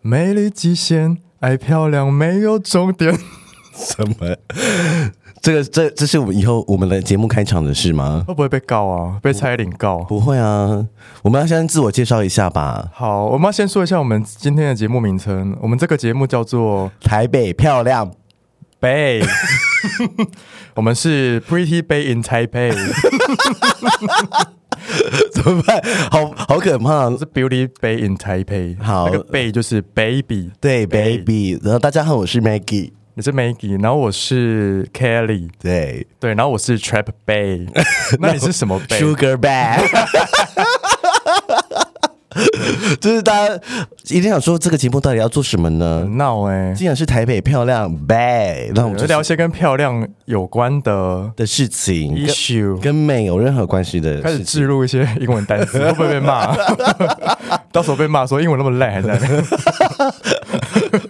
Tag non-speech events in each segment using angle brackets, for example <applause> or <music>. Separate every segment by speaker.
Speaker 1: 美丽极限，爱漂亮没有终
Speaker 2: <laughs>
Speaker 1: 点。
Speaker 2: 什么？这个这这是我们以后我们的节目开场的事吗？
Speaker 1: 会不会被告啊？被蔡依林告？
Speaker 2: 不会啊，我们要先自我介绍一下吧。
Speaker 1: 好，我们要先说一下我们今天的节目名称。我们这个节目叫做
Speaker 2: 台北漂亮， <laughs>
Speaker 1: Bay，我们是 Pretty Bay in Taipei，
Speaker 2: 怎么办？好好可怕。
Speaker 1: 是 Beauty Bay in Taipei。
Speaker 2: 好
Speaker 1: 那个 Bay 就是 Baby，
Speaker 2: 对，baby，然后大家好，我是 Maggie。
Speaker 1: 你是 Maggie，然后我是 Kelly，
Speaker 2: 对
Speaker 1: 对，然后我是 Trap
Speaker 2: <laughs>
Speaker 1: Bay，那你是什么 Bay？
Speaker 2: ，Sugar Bag，就是大家一定想说这个节目到底要做什么呢？
Speaker 1: 闹哎、
Speaker 2: 既然是台北漂亮 Bag，那我
Speaker 1: 我
Speaker 2: 们
Speaker 1: 们
Speaker 2: 就
Speaker 1: 聊
Speaker 2: 聊
Speaker 1: 一些跟漂亮有关的
Speaker 2: 的事情，跟
Speaker 1: issue，
Speaker 2: 跟美有任何关系的
Speaker 1: 开始
Speaker 2: 事情。
Speaker 1: 置入一些英文 <laughs> 单词，会不会被骂？到时候被骂说英文那么烂，还在那边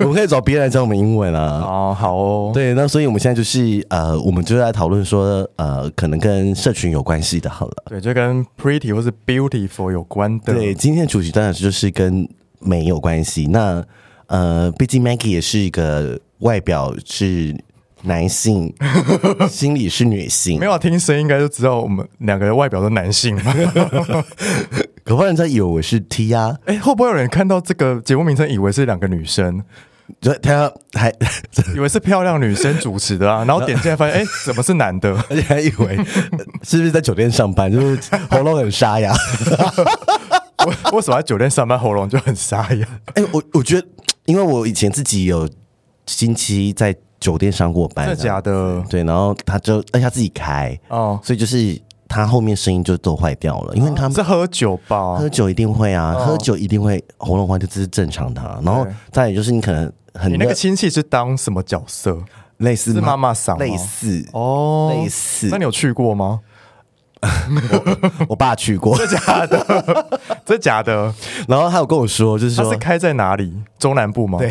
Speaker 2: 我们可以找别人来教我们英文
Speaker 1: <laughs>
Speaker 2: 啊。
Speaker 1: 哦，好哦，
Speaker 2: 对，那所以我们现在就是呃，我们就在讨论说呃，可能跟社群有关系的，好了。
Speaker 1: 对，就跟 pretty 或是 beautiful 有关的，
Speaker 2: 对，今天的主题当然就是跟美有关系。那呃，毕竟 Maggie 也是一个外表是男 <laughs> 性，心里是女性
Speaker 1: 没，有啊听声音应该就知道我们两个的外表都男性 <laughs> 嘛。
Speaker 2: 可不然人家以为我是 T 啊，
Speaker 1: 哎、会不会有人看到这个节目名称以为是两个女 <laughs> 生，
Speaker 2: 就他还
Speaker 1: 以为是漂亮女生主持的啊？然后点进来发 <laughs> 现，哎、怎么是男的？
Speaker 2: <laughs> 而且还以为 <laughs> 是不是在酒店上班，就是喉咙很沙哑。
Speaker 1: 我为什么在酒店上班喉咙就很沙哑？
Speaker 2: <laughs> 哎、我我觉得，因为我以前自己有星期在酒店上过
Speaker 1: <laughs> 真
Speaker 2: 班、啊，
Speaker 1: 的假的？
Speaker 2: 对，然后他就而且他自己开，
Speaker 1: 哦，
Speaker 2: 所以就是他后面声音就都坏掉了，因为他
Speaker 1: 是喝酒吧
Speaker 2: 喝？酒一定会啊，
Speaker 1: 哦
Speaker 2: 喝酒一定会喉咙坏，这是正常的、啊。然后
Speaker 1: 对
Speaker 2: 再也就是你可能很
Speaker 1: 你那个
Speaker 2: 热
Speaker 1: 亲戚是当什么角色？
Speaker 2: 类似
Speaker 1: 是
Speaker 2: 妈
Speaker 1: 妈妈桑吗
Speaker 2: 类似
Speaker 1: 哦，
Speaker 2: 类似
Speaker 1: 那，你有去过 <laughs> 吗？
Speaker 2: 我爸去
Speaker 1: <laughs>
Speaker 2: 过，
Speaker 1: 假的，真的假的？
Speaker 2: <laughs> 然后他有跟我说，就是
Speaker 1: 它
Speaker 2: 说
Speaker 1: 是开在哪里？中南部吗？
Speaker 2: 对，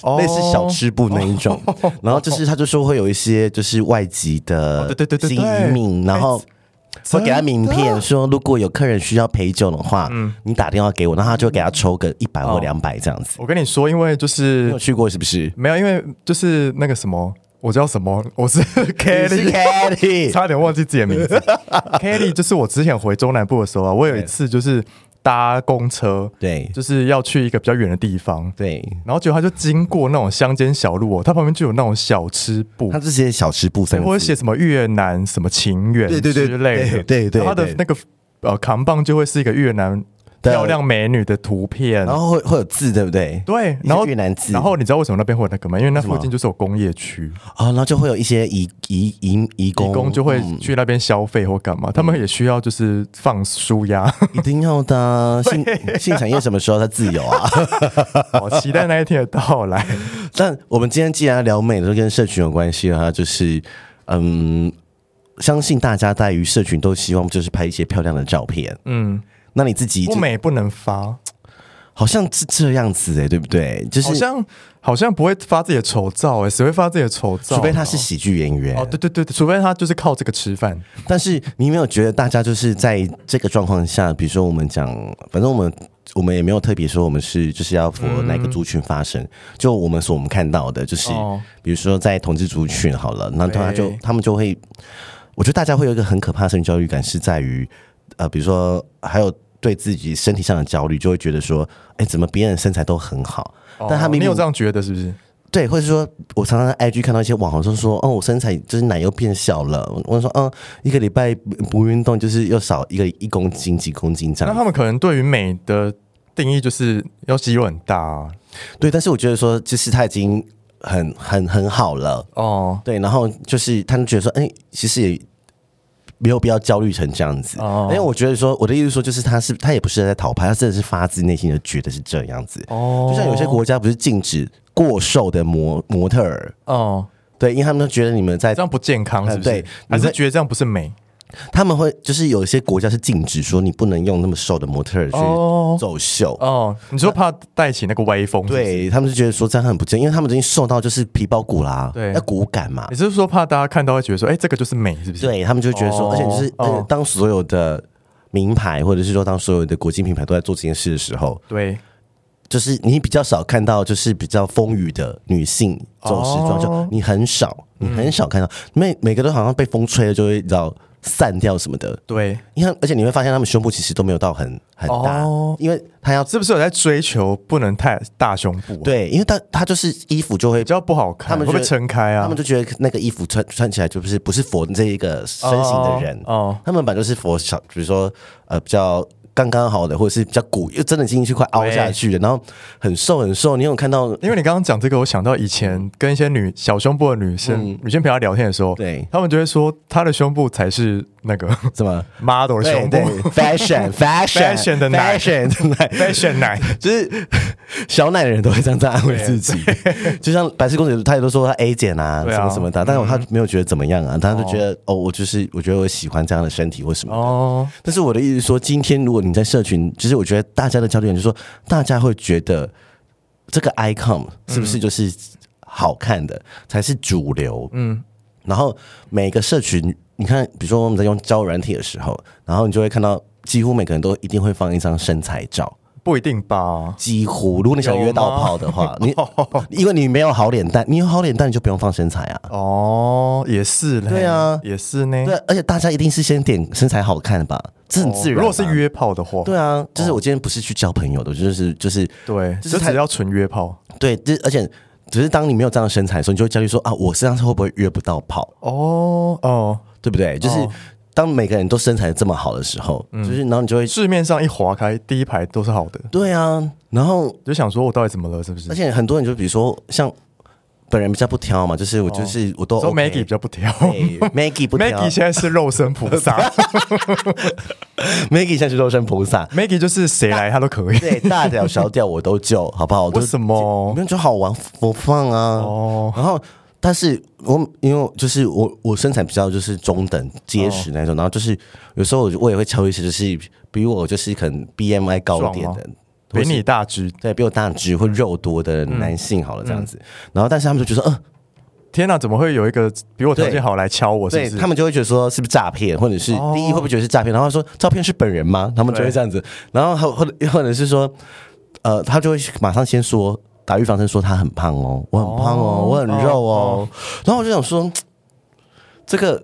Speaker 1: 哦
Speaker 2: 类似小吃部那
Speaker 1: <laughs>
Speaker 2: 一种。然后就是他就说会有一些就是外籍的
Speaker 1: 哦对对对对
Speaker 2: 新
Speaker 1: 对
Speaker 2: 移民，然后。会给他名片，说如果有客人需要陪酒的话，
Speaker 1: 嗯
Speaker 2: 你打电话给我，然后他就给他抽个一
Speaker 1: 哦
Speaker 2: 百或两百这样子。
Speaker 1: 我跟你说，因为就
Speaker 2: 你
Speaker 1: 是
Speaker 2: 有去过是不是？
Speaker 1: 没有，因为就是那个什么，我叫什么？我是
Speaker 2: 是
Speaker 1: Kelly。 <laughs>
Speaker 2: Kelly，
Speaker 1: 差点忘记自己的 <laughs> 名字。Kelly 就是我之前回中南部的时候啊，我有一次就是搭公车，
Speaker 2: 对
Speaker 1: 就是要去一个比较远的地方，
Speaker 2: 对，
Speaker 1: 然后结果他就经过那种乡间小路哦，他旁边就有那种小吃部
Speaker 2: 他，这些小吃部三个字
Speaker 1: 或者写什么越南什么情缘
Speaker 2: 对对对
Speaker 1: 之类的，
Speaker 2: 对对对
Speaker 1: 然后他的
Speaker 2: 对
Speaker 1: 那个呃扛棒就会是一个越南
Speaker 2: 对
Speaker 1: 漂亮美女的图片，
Speaker 2: 然后会会有字，对不对？
Speaker 1: 对，
Speaker 2: 些
Speaker 1: 然后
Speaker 2: 越南字
Speaker 1: 然后你知道为什么那边会有那个吗？因为那
Speaker 2: 么
Speaker 1: 附近就是有工业区，
Speaker 2: 哦，然后就会有一些移移移移工，
Speaker 1: 义工就会
Speaker 2: 嗯
Speaker 1: 去那边消费或
Speaker 2: 哦
Speaker 1: 干嘛，他们也需要就是放舒压，
Speaker 2: <laughs> 一定要的
Speaker 1: <laughs>
Speaker 2: 啊性性产业什么时候它自由啊？
Speaker 1: 好哦期待那一天的到
Speaker 2: <laughs>
Speaker 1: 来。
Speaker 2: 但我们今天既然要聊美，都跟社群有关系的话，就是嗯，相信大家在于社群都希望就是拍一些漂亮的照片。
Speaker 1: 嗯，
Speaker 2: 那你自己
Speaker 1: 不美不能发，
Speaker 2: 好像是这样子哎、对不对？就是
Speaker 1: 好像好像不会发自己的丑照哎，谁会发自己的丑照啊？
Speaker 2: 除非他是喜剧演员，
Speaker 1: 哦，对对对，除非他就是靠这个吃饭。
Speaker 2: 但是你有没有觉得大家就是在这个状况下，比如说我们讲，反正我们我们也没有特别说我们是就是要符合
Speaker 1: 嗯
Speaker 2: 哪个族群发声，就我们所我们看到的，就是、
Speaker 1: 哦
Speaker 2: 比如说在同志族群好了，那他就
Speaker 1: 对
Speaker 2: 他们就会，我觉得大家会有一个很可怕的生理焦虑感，是在于呃，比如说还有对自己身体上的焦虑，就会觉得说，哎，怎么别人身材都很好，但他
Speaker 1: 哦你
Speaker 2: 明明
Speaker 1: 有这样觉得是不是？
Speaker 2: 对，或者说，我常常在 IG 看到一些网红就说，哦，我身材就是奶又变小了。我我说，嗯，一个礼拜不不运动，就是又少一个一公斤、几公斤这
Speaker 1: 那
Speaker 2: 样。
Speaker 1: 他们可能对于美的定义就是要肌肉很大啊、
Speaker 2: 对，但是我觉得说，就是他已经很很很好了。
Speaker 1: 哦
Speaker 2: 对，然后就是他们觉得说，哎，其实也没有必要焦虑成这样子。
Speaker 1: 哦
Speaker 2: 因为我觉得说，我的意思是说，就是他是他也不是在讨拍，他真的是发自内心的觉得是这样子。
Speaker 1: 哦，
Speaker 2: 就像有些国家不是禁止过瘦的模模特儿，
Speaker 1: 哦，
Speaker 2: 对，因为他们都觉得你们在
Speaker 1: 这样不健康是不是？
Speaker 2: 嗯对
Speaker 1: 还
Speaker 2: 你
Speaker 1: 是
Speaker 2: 会
Speaker 1: 觉得这样不是美？
Speaker 2: 他们会就是有一些国家是禁止说你不能用那么瘦的模特儿
Speaker 1: 哦
Speaker 2: 去走秀，
Speaker 1: 哦，你说怕带起那个歪风是不是，
Speaker 2: 对他们就觉得说这样很不健，因为他们已经瘦到就是皮包骨啦，
Speaker 1: 对
Speaker 2: 那骨感嘛
Speaker 1: 你，是说怕大家看到会觉得说，哎、这个就是美是不是？
Speaker 2: 对他们就觉得说，
Speaker 1: 哦
Speaker 2: 而且就是、
Speaker 1: 哦
Speaker 2: 而且当所有的名牌或者是说当所有的国际品牌都在做这件事的时候，
Speaker 1: 对
Speaker 2: 就是你比较少看到，就是比较丰腴的女性这种时装，
Speaker 1: 哦嗯
Speaker 2: 就你很少，你很少看到，每每个都好像被风吹了，就会你知道散掉什么的。
Speaker 1: 对，
Speaker 2: 你看，而且你会发现他们胸部其实都没有到很很大，
Speaker 1: 哦
Speaker 2: 因为他要
Speaker 1: 是不是有在追求不能太大胸部、啊？，
Speaker 2: 对，因为他他就是衣服就会
Speaker 1: 比较不好看，
Speaker 2: 他们
Speaker 1: 会
Speaker 2: 觉
Speaker 1: 被
Speaker 2: 得
Speaker 1: 撑开啊
Speaker 2: 他们。就觉得那个衣服穿穿起来就不是不是佛这一个身形的人，
Speaker 1: 哦哦
Speaker 2: 他们本来就是佛小，比如说呃比较刚刚好的，或者是比较鼓，又真的进去快凹下去了，然后很瘦很瘦，你有看到
Speaker 1: 因为你刚刚讲这个，我想到以前跟一些女小胸部的女生、女生陪她聊天的时候，
Speaker 2: 对
Speaker 1: 她们就会说她的胸部才是那个 <laughs>
Speaker 2: 怎么？
Speaker 1: model 的
Speaker 2: 对
Speaker 1: 胸部
Speaker 2: 对，fashion fashion
Speaker 1: Fashion 的奶
Speaker 2: <laughs> fashion 的奶
Speaker 1: ，fashion 奶，
Speaker 2: 就是小奶的人都会这样在安慰自己，就像白雪公主，她也都说她 A 减啊，
Speaker 1: 对啊
Speaker 2: 什么什么的，但是她没有觉得怎么样啊，她就觉得哦，我就是我觉得我喜欢这样的身体或什么
Speaker 1: <laughs>
Speaker 2: 的。
Speaker 1: 哦，
Speaker 2: 但是我的意思是说，今天如果你在社群，就是我觉得大家的焦点就是说，大家会觉得这个 icon
Speaker 1: 嗯
Speaker 2: 是不是就是好看的、才是主流？嗯，然后每个社群，你看，比如说我们在用交友软体的时候，然后你就会看到几乎每个人都一定会放一张身材照。
Speaker 1: 不一定吧？
Speaker 2: 几乎，如果你想约
Speaker 1: 哎
Speaker 2: 到炮的话，
Speaker 1: <laughs>
Speaker 2: 你因为你没有好脸蛋，你有好脸蛋你就不用放身材啊。
Speaker 1: 哦，也是嘞，
Speaker 2: 对啊
Speaker 1: 也是呢。
Speaker 2: 对，而且大家一定是先点身材好看吧，这很自然
Speaker 1: 哦如
Speaker 2: 吧、啊
Speaker 1: 果是约炮的话，
Speaker 2: 对啊，就是
Speaker 1: 哦
Speaker 2: 我今天不是去交朋友的，我就是就是
Speaker 1: 对，
Speaker 2: 就
Speaker 1: 就是是
Speaker 2: 太
Speaker 1: 只要纯约炮
Speaker 2: 对，就是而且只是当你没有这样的身材的时候，你就会焦虑说啊，我身上会不会约不到炮，
Speaker 1: 哦哦，
Speaker 2: 对不对？就是
Speaker 1: 哦嗯
Speaker 2: 当每个人都身材这么好的时候，就是然后你就会
Speaker 1: 市面上一划开，第一排都是好的，
Speaker 2: 对啊，然后
Speaker 1: 就想说我到底怎么了，是不是
Speaker 2: 而？且很多人就比如说像本人比较不挑嘛，就是我就是、我都
Speaker 1: 哦说
Speaker 2: OK,
Speaker 1: Maggie 比较不挑 <laughs>
Speaker 2: Maggie 不挑
Speaker 1: ，Maggie 现在是肉身菩萨
Speaker 2: Maggie 像是肉身菩萨。
Speaker 1: <laughs> ，Maggie 就是谁来她都可以。
Speaker 2: 对，大屌小屌我都救， <laughs> 好不好？我都
Speaker 1: 为什么
Speaker 2: 没？有就好玩不放啊。
Speaker 1: 哦
Speaker 2: 然后，但是我因为就是我我身材比较就是中等结实那
Speaker 1: 哦
Speaker 2: 种，然后就是有时候我我也会挑一些就是比我就是可能 BMI 高一点的
Speaker 1: 壮， <laughs> 比你嗯大只，
Speaker 2: 对比我大只或肉多的男性好了这样子。然后，但是他们就觉得，嗯、
Speaker 1: 天哪，怎么会有一个比我条件好来敲我？是不
Speaker 2: 对
Speaker 1: 是？
Speaker 2: 他们就会觉得说是不是诈骗，或者是、
Speaker 1: 哦
Speaker 2: 第一会不会觉得是诈骗，然后说照片是本人吗？他们就会
Speaker 1: 对
Speaker 2: 这样子，然后或或者或者是说，呃，他就会马上先说打预防针，说他很胖哦，我很胖哦，
Speaker 1: 哦
Speaker 2: 我很肉哦，
Speaker 1: 哦
Speaker 2: 然后我就想说，这个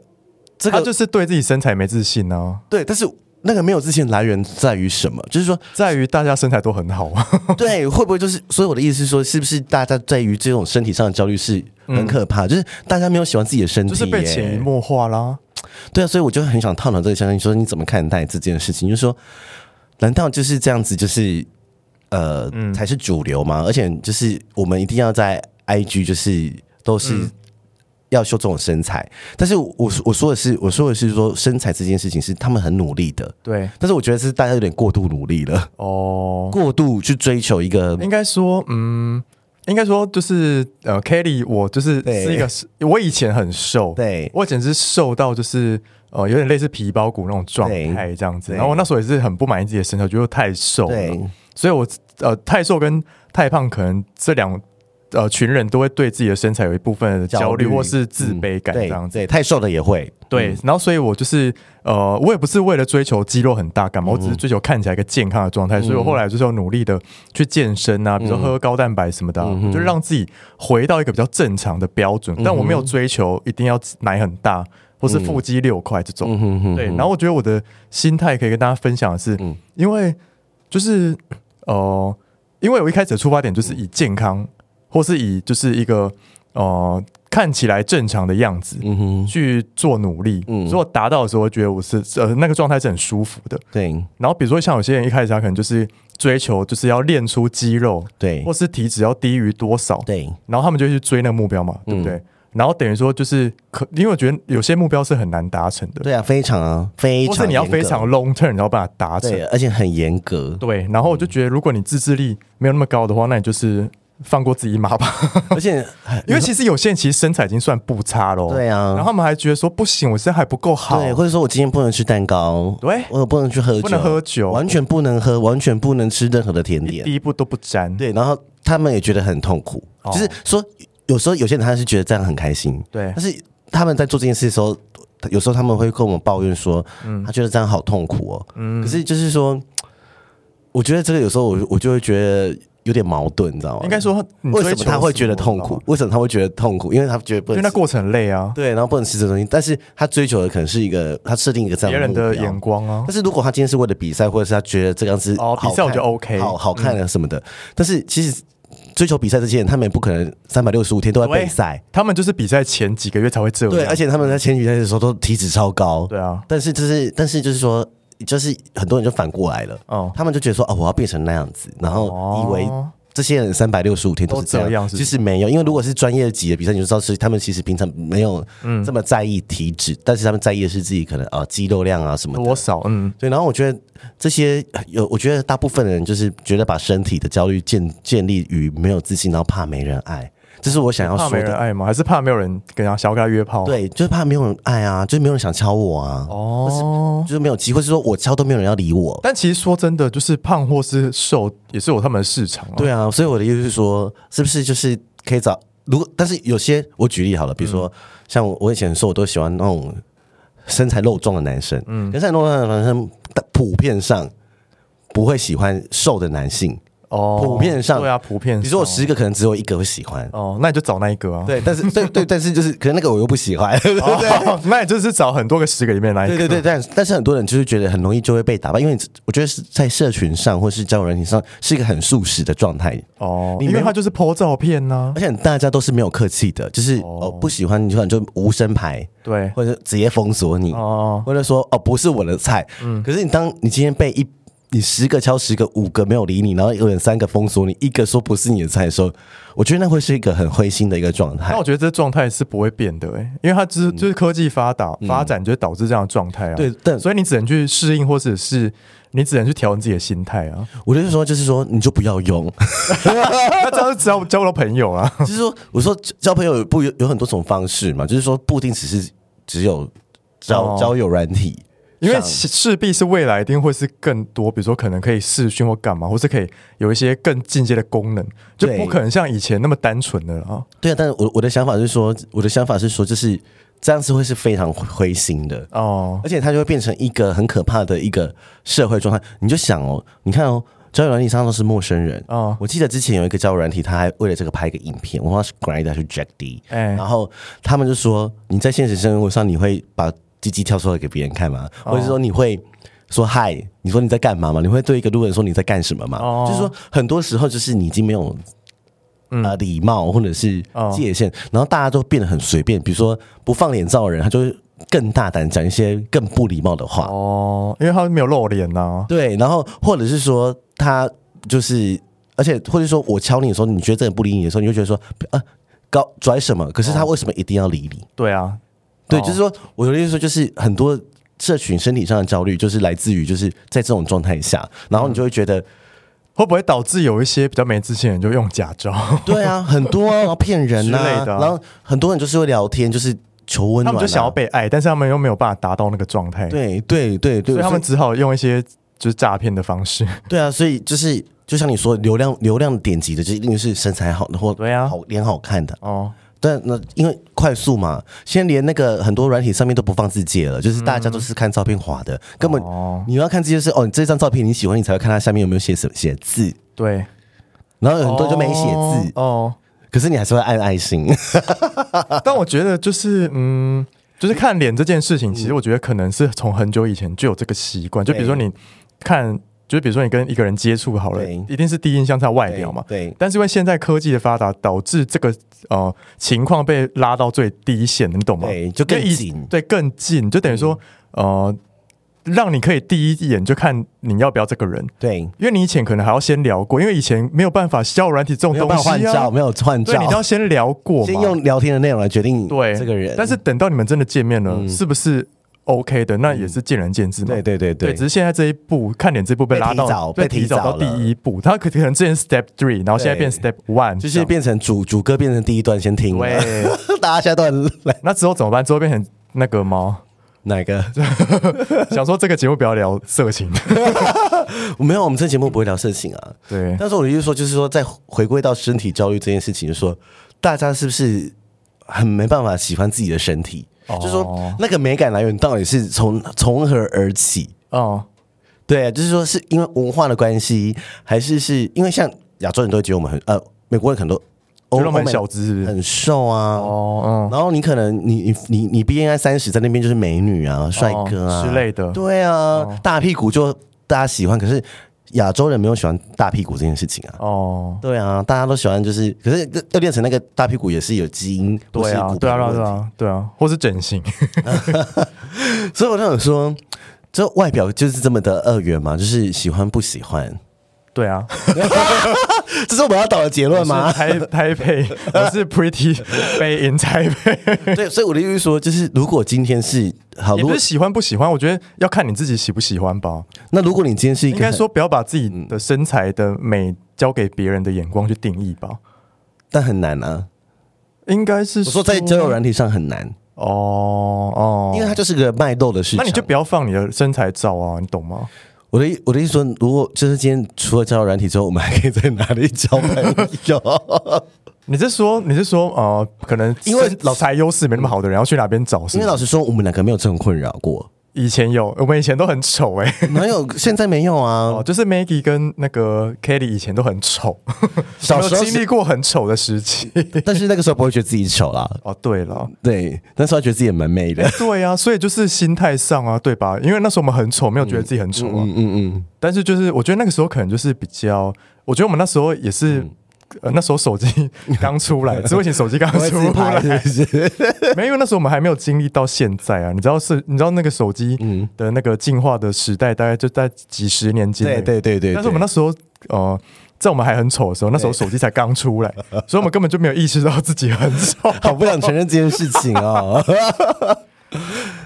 Speaker 2: 这
Speaker 1: 他
Speaker 2: 个
Speaker 1: 就是对自己身材没自信啊呢，
Speaker 2: 啊对，但是那个没有自信来源在于什么？就是说， <laughs>
Speaker 1: 在于大家身材都很好啊。
Speaker 2: 对，会不会就是？所以我的意思是说，是不是大家在于这种身体上的焦虑是很可怕？就是大家没有喜欢自己的身体、
Speaker 1: 就
Speaker 2: 耶
Speaker 1: 是被潜移默化啦。
Speaker 2: 对啊，所以我就很想探讨这个相关，你说你怎么看待这件事情？就是说，难道就是这样子，就是呃，
Speaker 1: 嗯
Speaker 2: 才是主流吗？而且就是我们一定要在 IG，就是都是
Speaker 1: 嗯
Speaker 2: 要秀这种身材。但是我我我说的是，我说的是说身材这件事情是他们很努力的，
Speaker 1: 对，
Speaker 2: 但是我觉得是大家有点过度努力了，
Speaker 1: 哦，
Speaker 2: 过度去追求一个
Speaker 1: 应该说，嗯，应该说就是呃，Kelly，我就是
Speaker 2: 对
Speaker 1: 是一个， <laughs> 我以前很瘦，
Speaker 2: 对
Speaker 1: 我简直瘦到就是呃，有点类似皮包骨那种状态这样子。
Speaker 2: 对
Speaker 1: 然后我那时候也是很不满意自己的身材，觉得太瘦了
Speaker 2: 对，
Speaker 1: 所以我呃太瘦跟太胖可能这两。呃，群人都会对自己的身材有一部分的焦虑或是自卑感这
Speaker 2: 嗯对
Speaker 1: 样子。
Speaker 2: 对，太瘦了也会
Speaker 1: 对，然后所以我就是呃，我也不是为了追求肌肉很大干嘛，我只是追求看起来一个健康的状态，所以我后来就是有努力的去健身啊，比如说喝高蛋白什么的啊、就让自己回到一个比较正常的标准，但我没有追求一定要奶很大或是腹肌六块这
Speaker 2: 嗯
Speaker 1: 种。对，然后我觉得我的心态可以跟大家分享的是，
Speaker 2: 嗯
Speaker 1: 因为就是呃，因为我一开始的出发点就是以健康，或是以就是一个呃看起来正常的样子，
Speaker 2: 嗯
Speaker 1: 去做努力，所以我达到的时候，我觉得我是呃那个状态是很舒服的。
Speaker 2: 对
Speaker 1: 然后比如说像有些人一开始他可能就是追求就是要练出肌肉，
Speaker 2: 对
Speaker 1: 或是体脂要低于多少，
Speaker 2: 对嗯
Speaker 1: 然后他们就去追那个目标嘛，对不对？然后等于说就是可，因为我觉得有些目标是很难达成的，
Speaker 2: 对啊，非常啊，非
Speaker 1: 或
Speaker 2: 常
Speaker 1: 是你要
Speaker 2: 严格
Speaker 1: 非常 long term，然后把它达成
Speaker 2: 对，。而啊且很严格，
Speaker 1: 对，然后我就觉得，如果你自制力没有那么高的话，那你就是放过自己一马吧。
Speaker 2: <laughs> 而且
Speaker 1: 因为其实有些人其实身材已经算不差喽，
Speaker 2: 对啊
Speaker 1: 然后他们还觉得说不行，我身材还不够好，
Speaker 2: 对，或者说我今天不能吃蛋糕，
Speaker 1: 对
Speaker 2: 我不能去喝酒，
Speaker 1: 不能喝酒
Speaker 2: 完全不能喝，完全不能吃任何的甜点
Speaker 1: 第，一步都不沾。
Speaker 2: 对，然后他们也觉得很痛苦，
Speaker 1: 哦
Speaker 2: 就是说有时候有些人他是觉得这样很开心，
Speaker 1: 对
Speaker 2: 但是他们在做这件事的时候，有时候他们会跟我们抱怨说，
Speaker 1: 嗯
Speaker 2: 他觉得这样好痛苦哦，可是就是说，我觉得这个有时候我我就会觉得。有点矛盾，你知道吗？
Speaker 1: 应该说你
Speaker 2: 为什
Speaker 1: 追
Speaker 2: 么
Speaker 1: 求
Speaker 2: 他会觉得
Speaker 1: 什么
Speaker 2: 痛
Speaker 1: 你知道
Speaker 2: 苦
Speaker 1: 吗？
Speaker 2: 为什么他会觉得痛苦？因为他觉得不
Speaker 1: 因为
Speaker 2: 能
Speaker 1: 那
Speaker 2: 吃
Speaker 1: 过程很累啊，
Speaker 2: 对，然后不能吃这东西，但是他追求的可能是一个他设定一个这样
Speaker 1: 别人
Speaker 2: 目
Speaker 1: 的
Speaker 2: 标
Speaker 1: 眼光啊
Speaker 2: 但，是如果他今天是为了比赛，或者是他觉得这样子
Speaker 1: 哦
Speaker 2: 好看
Speaker 1: 比赛我觉得 OK 嗯
Speaker 2: 好好看啊什么的。但是其实追求比赛这些人，他们也不可能三百六十五天都在备赛。
Speaker 1: 他们就是比赛前几个月才会这样，
Speaker 2: 对，而且他们在前比赛的时候都体脂超高。
Speaker 1: 对啊
Speaker 2: 但是就是但是就是说。就是很多人就反过来了，
Speaker 1: 哦
Speaker 2: 他们就觉得说，哦，我要变成那样子，然后
Speaker 1: 哦
Speaker 2: 以为这些人三百六十五天都是这
Speaker 1: 都
Speaker 2: 样，
Speaker 1: 这样是不
Speaker 2: 其
Speaker 1: 是
Speaker 2: 实没有，因为如果是专业级的比赛，你就知道是他们其实平常没有
Speaker 1: 嗯
Speaker 2: 这么在意体脂，但是他们在意的是自己可能啊、呃肌肉量啊什么的，
Speaker 1: 多少嗯，
Speaker 2: 对，然后我觉得这些有，我觉得大部分人就是觉得把身体的焦虑建建立于没有自信，然后怕没人爱，这是我想要
Speaker 1: 怕
Speaker 2: 哦说
Speaker 1: 没人
Speaker 2: 的。
Speaker 1: 爱吗？还是怕没有人跟他想要跟他约炮？
Speaker 2: 对，就是怕没有人爱啊，就是没有人想敲我啊，
Speaker 1: 哦。
Speaker 2: 就是没有机会，是说我敲都没有人要理我。
Speaker 1: 但其实说真的，就是胖或是瘦也是有他们的市场啊。
Speaker 2: 对啊，所以我的意思是说，是不是就是可以找？如果但是有些我举例好了，比如说、像我我以前说，我都喜欢那种身材肉壮的男生，嗯，身材肉壮的男生普遍上不会喜欢瘦的男性。
Speaker 1: 哦，
Speaker 2: 普遍上
Speaker 1: 对啊，普遍上。
Speaker 2: 你说我十个可能只有一个会喜欢，
Speaker 1: 哦，那你就找那一个啊。
Speaker 2: 哦对，但 <laughs> 是对对，但是就是可能那个我又不喜欢， <laughs> 对不对？
Speaker 1: 哦， <laughs> 那你就是找很多个十个里面那一个。
Speaker 2: 对对对，但但是很多人就是觉得很容易就会被打败，因为我觉得是在社群上或是交友软件上是一个很素食的状态，
Speaker 1: 哦，
Speaker 2: 你
Speaker 1: 因
Speaker 2: 没
Speaker 1: 为
Speaker 2: 有
Speaker 1: 他就是 po 照片啊呐、
Speaker 2: 而且大家都是没有客气的，就是
Speaker 1: 哦
Speaker 2: 哦不喜欢你就就无声牌，
Speaker 1: 对，
Speaker 2: 或者直接封锁你，
Speaker 1: 哦，嗯
Speaker 2: 或者说哦不是我的菜。可是你当你今天被一你十个敲十个，五个没有理你，然后有人三个封锁你，一个说不是你的菜的时候，我觉得那会是一个很灰心的一个状态
Speaker 1: 那我。觉得这状态是不会变的、欸，因为它只、就是科技发达、发展，就会导致这样的状态啊。
Speaker 2: 嗯对但
Speaker 1: 所以你只能去适应，或者是你只能去调整自己的心态
Speaker 2: <laughs>
Speaker 1: 啊。
Speaker 2: 我就是说，就是说，你就不要
Speaker 1: <laughs>
Speaker 2: 用。
Speaker 1: 那这样就交交不到朋友啊。
Speaker 2: 就是说，我说交朋友有不有有很多种方式嘛，就是说不一定只是只有交、
Speaker 1: 哦
Speaker 2: 交友软体上，
Speaker 1: 因为势势必是未来一定会是更多，比如说可能可以视讯或干嘛，或是可以有一些更进阶的功能，就
Speaker 2: 对
Speaker 1: 不可能像以前那么单纯的了啊。
Speaker 2: 对啊，但是我我的想法是说，我的想法是说，就是这样子会是非常灰心的，
Speaker 1: 哦，
Speaker 2: 而且它就会变成一个很可怕的一个社会状态。你就想哦，你看哦。交友软体上都是陌生人
Speaker 1: 哦
Speaker 2: 我记得之前有一个交友软体，他还为了这个拍一个影片，我忘了是 Grind 还是 Jack D，、
Speaker 1: 哎
Speaker 2: 然后他们就说你在现实生活上你会把鸡鸡跳出来给别人看吗？
Speaker 1: 哦
Speaker 2: 或者是说你会说嗨，你说你在干嘛吗？你会对一个路人说你在干什么吗？
Speaker 1: 哦
Speaker 2: 就是说很多时候就是你已经没有啊礼貌或者是
Speaker 1: 嗯哦
Speaker 2: 界限，然后大家都变得很随便。比如说不放脸照的人，他就会更大胆讲一些更不礼貌的话。
Speaker 1: 哦，因为他没有露脸呐、
Speaker 2: 对，然后或者是说他就是，而且或者说我敲你的时候，你觉得这个不理你的时候，你就觉得说啊搞拽什么？可是他为什么一定要理你？
Speaker 1: 对啊，
Speaker 2: 对，
Speaker 1: 哦
Speaker 2: 就是说我的意思说，就是很多社群身体上的焦虑，就是来自于就是在这种状态下，然后你就会觉得。
Speaker 1: 嗯会不会导致有一些比较没自信的人就用假招？ <laughs>
Speaker 2: 对啊，很多啊，然后骗人呐、
Speaker 1: 之类的啊
Speaker 2: 然后很多人就是会聊天，就是求温
Speaker 1: 他
Speaker 2: 暖、啊，
Speaker 1: 们就想要被爱，但是他们又没有办法达到那个状态，，
Speaker 2: 对对对对，
Speaker 1: 所以他们只好用一些就是诈骗的方式。
Speaker 2: 对啊，所以就是就像你说，流量流量点击的，就一定是身材好的或
Speaker 1: 对啊
Speaker 2: 好脸好看的。
Speaker 1: 哦，
Speaker 2: 但那因为快速嘛，现在连那个很多软体上面都不放字界了，就是大家都是看照片滑的，根本
Speaker 1: 哦
Speaker 2: 你要看这些是哦，你这张照片你喜欢，你才会看它下面有没有写什么写字，
Speaker 1: 对，
Speaker 2: 然后有很多就没写字，
Speaker 1: 哦。
Speaker 2: 可是你还是会按爱心。
Speaker 1: 哦但我觉得就是嗯。就是看脸这件事
Speaker 2: 嗯
Speaker 1: 情，其实我觉得可能是从很久以前就有这个习惯。就比如说你看，就是比如说你跟一个人接触好了，
Speaker 2: 对
Speaker 1: 一定是第一印象是他外表嘛。
Speaker 2: 对，
Speaker 1: 但是因为现在科技的发达，导致这个呃情况被拉到最低线，你懂吗？
Speaker 2: 对就更
Speaker 1: 因为以
Speaker 2: 近嗯
Speaker 1: 对，更近，就等于说、呃，让你可以第一眼就看你要不要这个人，
Speaker 2: 对，
Speaker 1: 因为你以前可能还要先聊过，因为以前没有办法交友软体这种
Speaker 2: 没有
Speaker 1: 东
Speaker 2: 办法换
Speaker 1: 西
Speaker 2: 照，
Speaker 1: 啊，
Speaker 2: 没有换
Speaker 1: 对，你都要
Speaker 2: 照，
Speaker 1: 先聊过嘛，
Speaker 2: 先用聊天的内容来决定
Speaker 1: 对
Speaker 2: 这个人。嗯
Speaker 1: 但是等到你们真的见面了，是不是 OK 的？那也是见仁见智嘛。
Speaker 2: 对对对
Speaker 1: 对，只是现在这一步看脸这一步被拉
Speaker 2: 被提
Speaker 1: 到
Speaker 2: 早被提
Speaker 1: 提早
Speaker 2: 早
Speaker 1: 到第一步，他可可能之前 Step Three，然后现在变 Step One，
Speaker 2: 就是变成主主歌变成第一段先听了，
Speaker 1: 对
Speaker 2: <laughs> 大家现在都很来
Speaker 1: 那之后怎么办？之后变成那个吗？
Speaker 2: 哪个？
Speaker 1: 想说这个节目不要聊色
Speaker 2: <laughs>
Speaker 1: 情，
Speaker 2: 没有，我们这节目不会聊色情啊。
Speaker 1: 对，
Speaker 2: 但是我的意思说，就是说，在回归到身体焦虑这件事情，就是说大家是不是很没办法喜欢自己的身体？
Speaker 1: 哦
Speaker 2: 就是说那个美感来源到底是从从何而起？
Speaker 1: 哦，
Speaker 2: 对啊，就是说是因为文化的关系，还是是因为像亚洲人都会觉得我们很呃，美国人很多，
Speaker 1: 觉
Speaker 2: 欧
Speaker 1: 得我们
Speaker 2: 欧美
Speaker 1: 很小资是不是
Speaker 2: 很瘦啊。
Speaker 1: 哦，
Speaker 2: 然后你可能你你你你 BNI 三十在那边就是美女啊、帅哥啊、
Speaker 1: 哦之类的哦
Speaker 2: 对啊，大屁股就大家喜欢，可是亚洲人没有喜欢大屁股这件事情啊。
Speaker 1: 嗯，哦，
Speaker 2: 对啊，大家都喜欢就是，可是要练成那个大屁股也是有基因，或
Speaker 1: 对
Speaker 2: 是
Speaker 1: 啊
Speaker 2: 骨，
Speaker 1: 对啊，对啊，
Speaker 2: 盆的
Speaker 1: 对
Speaker 2: 问题
Speaker 1: 啊，对啊，或是整形，
Speaker 2: 所以我就想说，这外表就是这么的二元嘛，就是喜欢不喜欢，
Speaker 1: <laughs> 对啊，
Speaker 2: 这是我们要导的结论
Speaker 1: 我 <laughs>
Speaker 2: 吗
Speaker 1: 是？台台北，我是 Pretty
Speaker 2: <laughs>
Speaker 1: Bay in 台北。
Speaker 2: 对，所以我的意思是 <laughs> 说，就是如果今天是好，
Speaker 1: 也不
Speaker 2: 如果
Speaker 1: 是喜欢不喜欢，我觉得要看你自己喜不喜欢吧。
Speaker 2: 那如果你今天是一个
Speaker 1: 应该说不要把自己的身材的美交给别人的眼光去定义吧。
Speaker 2: 但很难啊。
Speaker 1: 应该是
Speaker 2: 我说在交友软体上很难，
Speaker 1: 哦哦，
Speaker 2: 因为它就是个卖肉的市
Speaker 1: 那
Speaker 2: 场。
Speaker 1: 你就不要放你的身材照啊，你懂吗？
Speaker 2: 我的意我的意思说，如果就是今天除了交友软体之后，我们还可以在哪里交朋
Speaker 1: <laughs>
Speaker 2: 友？
Speaker 1: 你是说你是说呃，可能
Speaker 2: 因为
Speaker 1: 老材优势没那么好的人要去哪边找？是
Speaker 2: 因
Speaker 1: 不
Speaker 2: 为
Speaker 1: 是
Speaker 2: 老实说，我们两个没有这种困扰过，
Speaker 1: 以前有，我们以前都很丑哎、
Speaker 2: 哪有？现在没有啊
Speaker 1: 哦，。就是 Maggie 跟那个 Kelly 以前都很丑，
Speaker 2: 小时候
Speaker 1: <laughs> 有没有
Speaker 2: 是
Speaker 1: 经历过很丑的时期。
Speaker 2: 但是那个时候不会觉得自己丑啦。
Speaker 1: 哦，对了，
Speaker 2: 对，那时候还觉得自己也蛮
Speaker 1: <laughs>
Speaker 2: 美的。
Speaker 1: 对呀、所以就是心态上啊，对吧？因为那时候我们很丑，没有觉得自己很丑啊。
Speaker 2: 嗯嗯嗯，
Speaker 1: 但是就是我觉得那个时候可能就是比较，我觉得我们那时候也是，
Speaker 2: 嗯
Speaker 1: 呃，那时候手机刚出来，智慧型手机刚
Speaker 2: <laughs> 我会
Speaker 1: 出
Speaker 2: 自拍
Speaker 1: 来，
Speaker 2: 是不是？
Speaker 1: 没有，因为那时候我们还没有经历到现在啊。你知道是，你知道那个手机
Speaker 2: 嗯
Speaker 1: 的那个进化的时代，大概就在几十年间内。
Speaker 2: <laughs> 对对对对对。
Speaker 1: 但是我们那时候，呃。在我们还很丑的时候，那时候手机才刚出
Speaker 2: <laughs>
Speaker 1: 来，所以我们根本就没有意识到自己很丑。
Speaker 2: 好不想承认这件事情啊、 <laughs>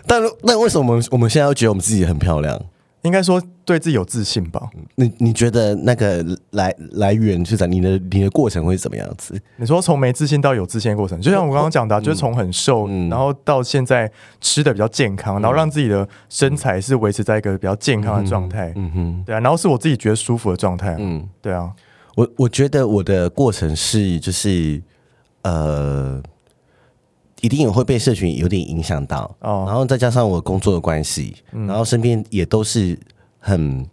Speaker 2: 但那为什么我们我们现在又觉得我们自己很漂亮？
Speaker 1: 应该说对自己有自信吧。
Speaker 2: 你你觉得那个来来源是怎？你的你的过程会是怎么样子？
Speaker 1: 你说从没自信到有自信的过程，就像我刚刚讲的啊、就是从很瘦，然后到现在吃的比较健康，然后让自己的身材是维持在一个比较健康的状态，嗯嗯哼，对啊，然后是我自己觉得舒服的状态，嗯，对啊，
Speaker 2: 我我觉得我的过程是就是呃，一定也会被社群有点影响到，
Speaker 1: 哦
Speaker 2: 然后再加上我工作的关系，然后身边也都是很。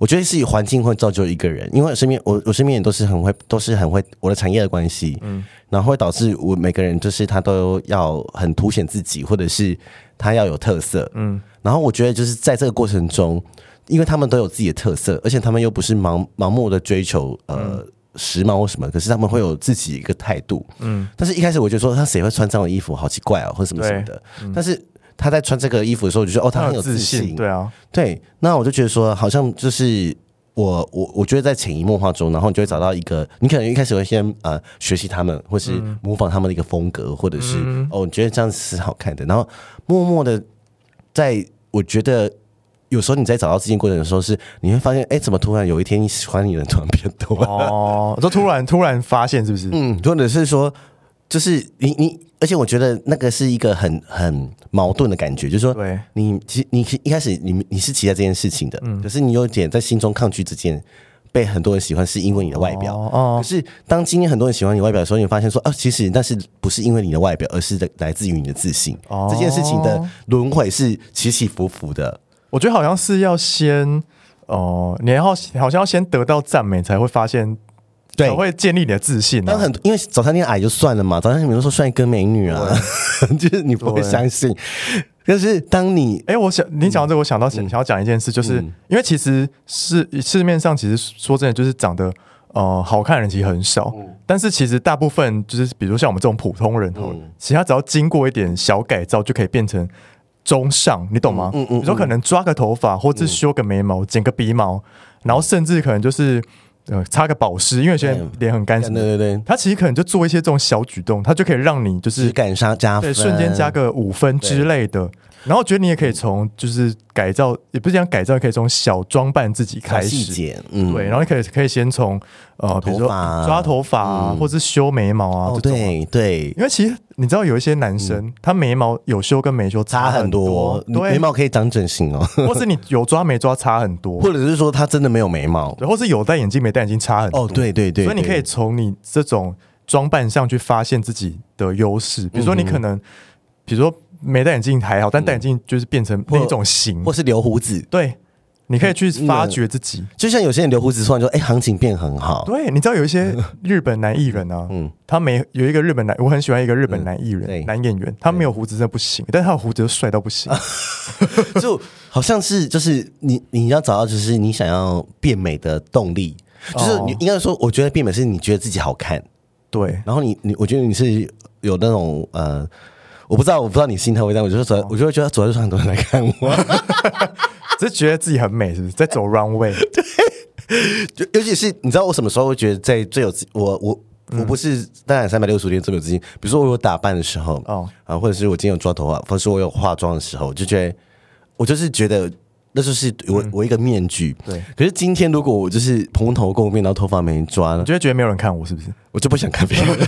Speaker 2: 我觉得是环境会造就一个人，因为我身边我我身边也都是很会，都是很会我的产业的关系，嗯，然后会导致我每个人就是他都要很凸显自己，或者是他要有特色，嗯，然后我觉得就是在这个过程中，因为他们都有自己的特色，而且他们又不是盲盲目的追求呃、时髦或什么，可是他们会有自己一个态度，嗯，但是一开始我就说他谁会穿这样的衣服，好奇怪哦，或者什么什么的，但是他在穿这个衣服的时候，我就说哦，他很有
Speaker 1: 自
Speaker 2: 自信，
Speaker 1: 对啊，
Speaker 2: 对，那我就觉得说，好像就是我我我觉得在潜移默化中，然后你就会找到一个，你可能一开始会先呃学习他们，或是
Speaker 1: 嗯
Speaker 2: 模仿他们的一个风格，或者是、哦你觉得这样子是好看的，然后默默的在我觉得。有时候你在找到自信过程的时候是，你会发现，哎、怎么突然有一天你喜欢你的人突然变多了？
Speaker 1: 哦，我就突然突然发现是不是？
Speaker 2: <laughs> 嗯，或者是说，就是你你，而且我觉得那个是一个很很矛盾的感觉，就是说，
Speaker 1: 对
Speaker 2: 你其你一开始你你是期待这件事情的，
Speaker 1: 嗯
Speaker 2: 可是你有点在心中抗拒这件被很多人喜欢，是因为你的外表。
Speaker 1: 哦哦
Speaker 2: 可是当今天很多人喜欢你外表的时候，你会发现说，啊，其实那是不是因为你的外表，而是来自于你的自信。
Speaker 1: 哦
Speaker 2: 这件事情的轮回是起起伏伏的。
Speaker 1: 我觉得好像是要先，哦、你要好像要先得到赞美，才会发现，
Speaker 2: 对
Speaker 1: 才会建立你的自信、啊。
Speaker 2: 当很因为早餐店矮就算了嘛，早餐店比如说帅哥美女啊， <laughs> 就是你不会
Speaker 1: 对
Speaker 2: 相信。但是当你
Speaker 1: 哎、我想你讲到这个，我想到想想要讲一件事，就是、因为其实市市面上其实说真的，就是长得呃好看的人其实很少，但是其实大部分就是比如像我们这种普通人好了，其他只要经过一点小改造，就可以变成中上，你懂吗？比如说可能抓个头发，或是修个眉毛、剪个鼻毛，然后甚至可能就是呃擦个保湿，因为有些人脸很干什
Speaker 2: 对
Speaker 1: 么的，
Speaker 2: 对对，
Speaker 1: 他其实可能就做一些这种小举动，他就可以让你就是
Speaker 2: 质感上加
Speaker 1: 对，
Speaker 2: 分，
Speaker 1: 瞬间加
Speaker 2: 嗯
Speaker 1: 个五分之类的。然后我觉得你也可以从就是改造，也不是讲改造，可以从小装扮自己
Speaker 2: 小
Speaker 1: 开
Speaker 2: 细
Speaker 1: 始。
Speaker 2: 节，嗯，
Speaker 1: 对，然后你可以可以先从呃，比如说
Speaker 2: 头发啊
Speaker 1: 抓头发啊，或是修眉毛啊
Speaker 2: 哦，
Speaker 1: 这种。
Speaker 2: 对对，
Speaker 1: 因为其实你知道有一些男生，他眉毛有修跟没修
Speaker 2: 差
Speaker 1: 很
Speaker 2: 很多，
Speaker 1: 对，
Speaker 2: 眉毛可以长整形哦， <laughs>
Speaker 1: 或是你有抓没抓差很多，
Speaker 2: 或者是说他真的没有眉毛，
Speaker 1: 对，或是有戴眼镜没戴眼镜差很多。
Speaker 2: 哦，对对对，
Speaker 1: 所以你可以
Speaker 2: 对
Speaker 1: 从你这种装扮上去发现自己的优势，
Speaker 2: 嗯
Speaker 1: 比如说你可能，
Speaker 2: 嗯
Speaker 1: 比如说没戴眼镜还好，但戴眼镜就是变成另一种型
Speaker 2: 或，是留胡子，
Speaker 1: 对，你可以去发掘自己。
Speaker 2: 就像有些人留胡子突然说，哎、行情变很好，
Speaker 1: 对，你知道有一些日本男艺人啊，嗯，他没有一个日本男，我很喜欢一个日本男艺人、
Speaker 2: 嗯对
Speaker 1: 男演员，他没有胡子真的不行，但是他有胡子就帅到不
Speaker 2: <laughs>
Speaker 1: 行。
Speaker 2: 就好像是就是你你要找到就是你想要变美的动力，就是你
Speaker 1: 哦
Speaker 2: 应该说，我觉得变美是你觉得自己好看，
Speaker 1: 对，
Speaker 2: 然后你你我觉得你是有那种呃。我不知道，我不知道你心态会这样，我就是走，我就会觉得走在路上很多人来看我，
Speaker 1: 只是觉得自己很美，是不是？在走
Speaker 2: <laughs>
Speaker 1: runway，
Speaker 2: 就尤其是你知道我什么时候会觉得在最有自我我
Speaker 1: 嗯
Speaker 2: 我不是当然三百六十五天最有自信，比如说我有打扮的时候，
Speaker 1: 哦
Speaker 2: 哦，啊，或者是我今天有抓头发，或者是我有化妆的时候，我就觉得我就是觉得那就是我、我一个面具。
Speaker 1: 嗯对，
Speaker 2: 可是今天如果我就是蓬头垢面，然后头发没抓呢
Speaker 1: 你，就会觉得没有人看我，是不是？
Speaker 2: 我就不想看别
Speaker 1: <laughs>
Speaker 2: 人，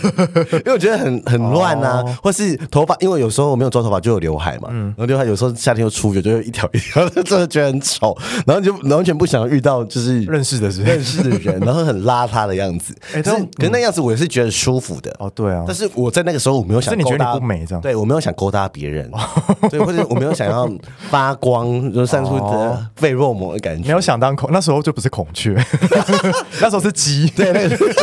Speaker 2: 因为我觉得很很乱啊，
Speaker 1: 哦
Speaker 2: 或是头发，因为有时候我没有抓头发就有刘海嘛，
Speaker 1: 嗯
Speaker 2: 然后刘海有时候夏天又出油，就会一条一条的，真的觉得很丑，然后就完全不想遇到就是
Speaker 1: 认识的是不是
Speaker 2: <laughs> 认识的人，然后很邋遢的样子。
Speaker 1: 哎
Speaker 2: 可
Speaker 1: 但
Speaker 2: 是可是那样子我也是觉得舒服的。
Speaker 1: 哦，对啊
Speaker 2: 但，是我在那个时候我没有想
Speaker 1: 是你
Speaker 2: 勾
Speaker 1: 觉得
Speaker 2: 搭
Speaker 1: 你不美这样
Speaker 2: 对我没有想勾搭别人，对，或者我没有想要发光，就散出的费洛蒙的感
Speaker 1: 没
Speaker 2: 觉。
Speaker 1: 有想当孔，那时候就不是孔
Speaker 2: <laughs>
Speaker 1: 雀，那时候是鸡，
Speaker 2: 对，那个
Speaker 1: <laughs>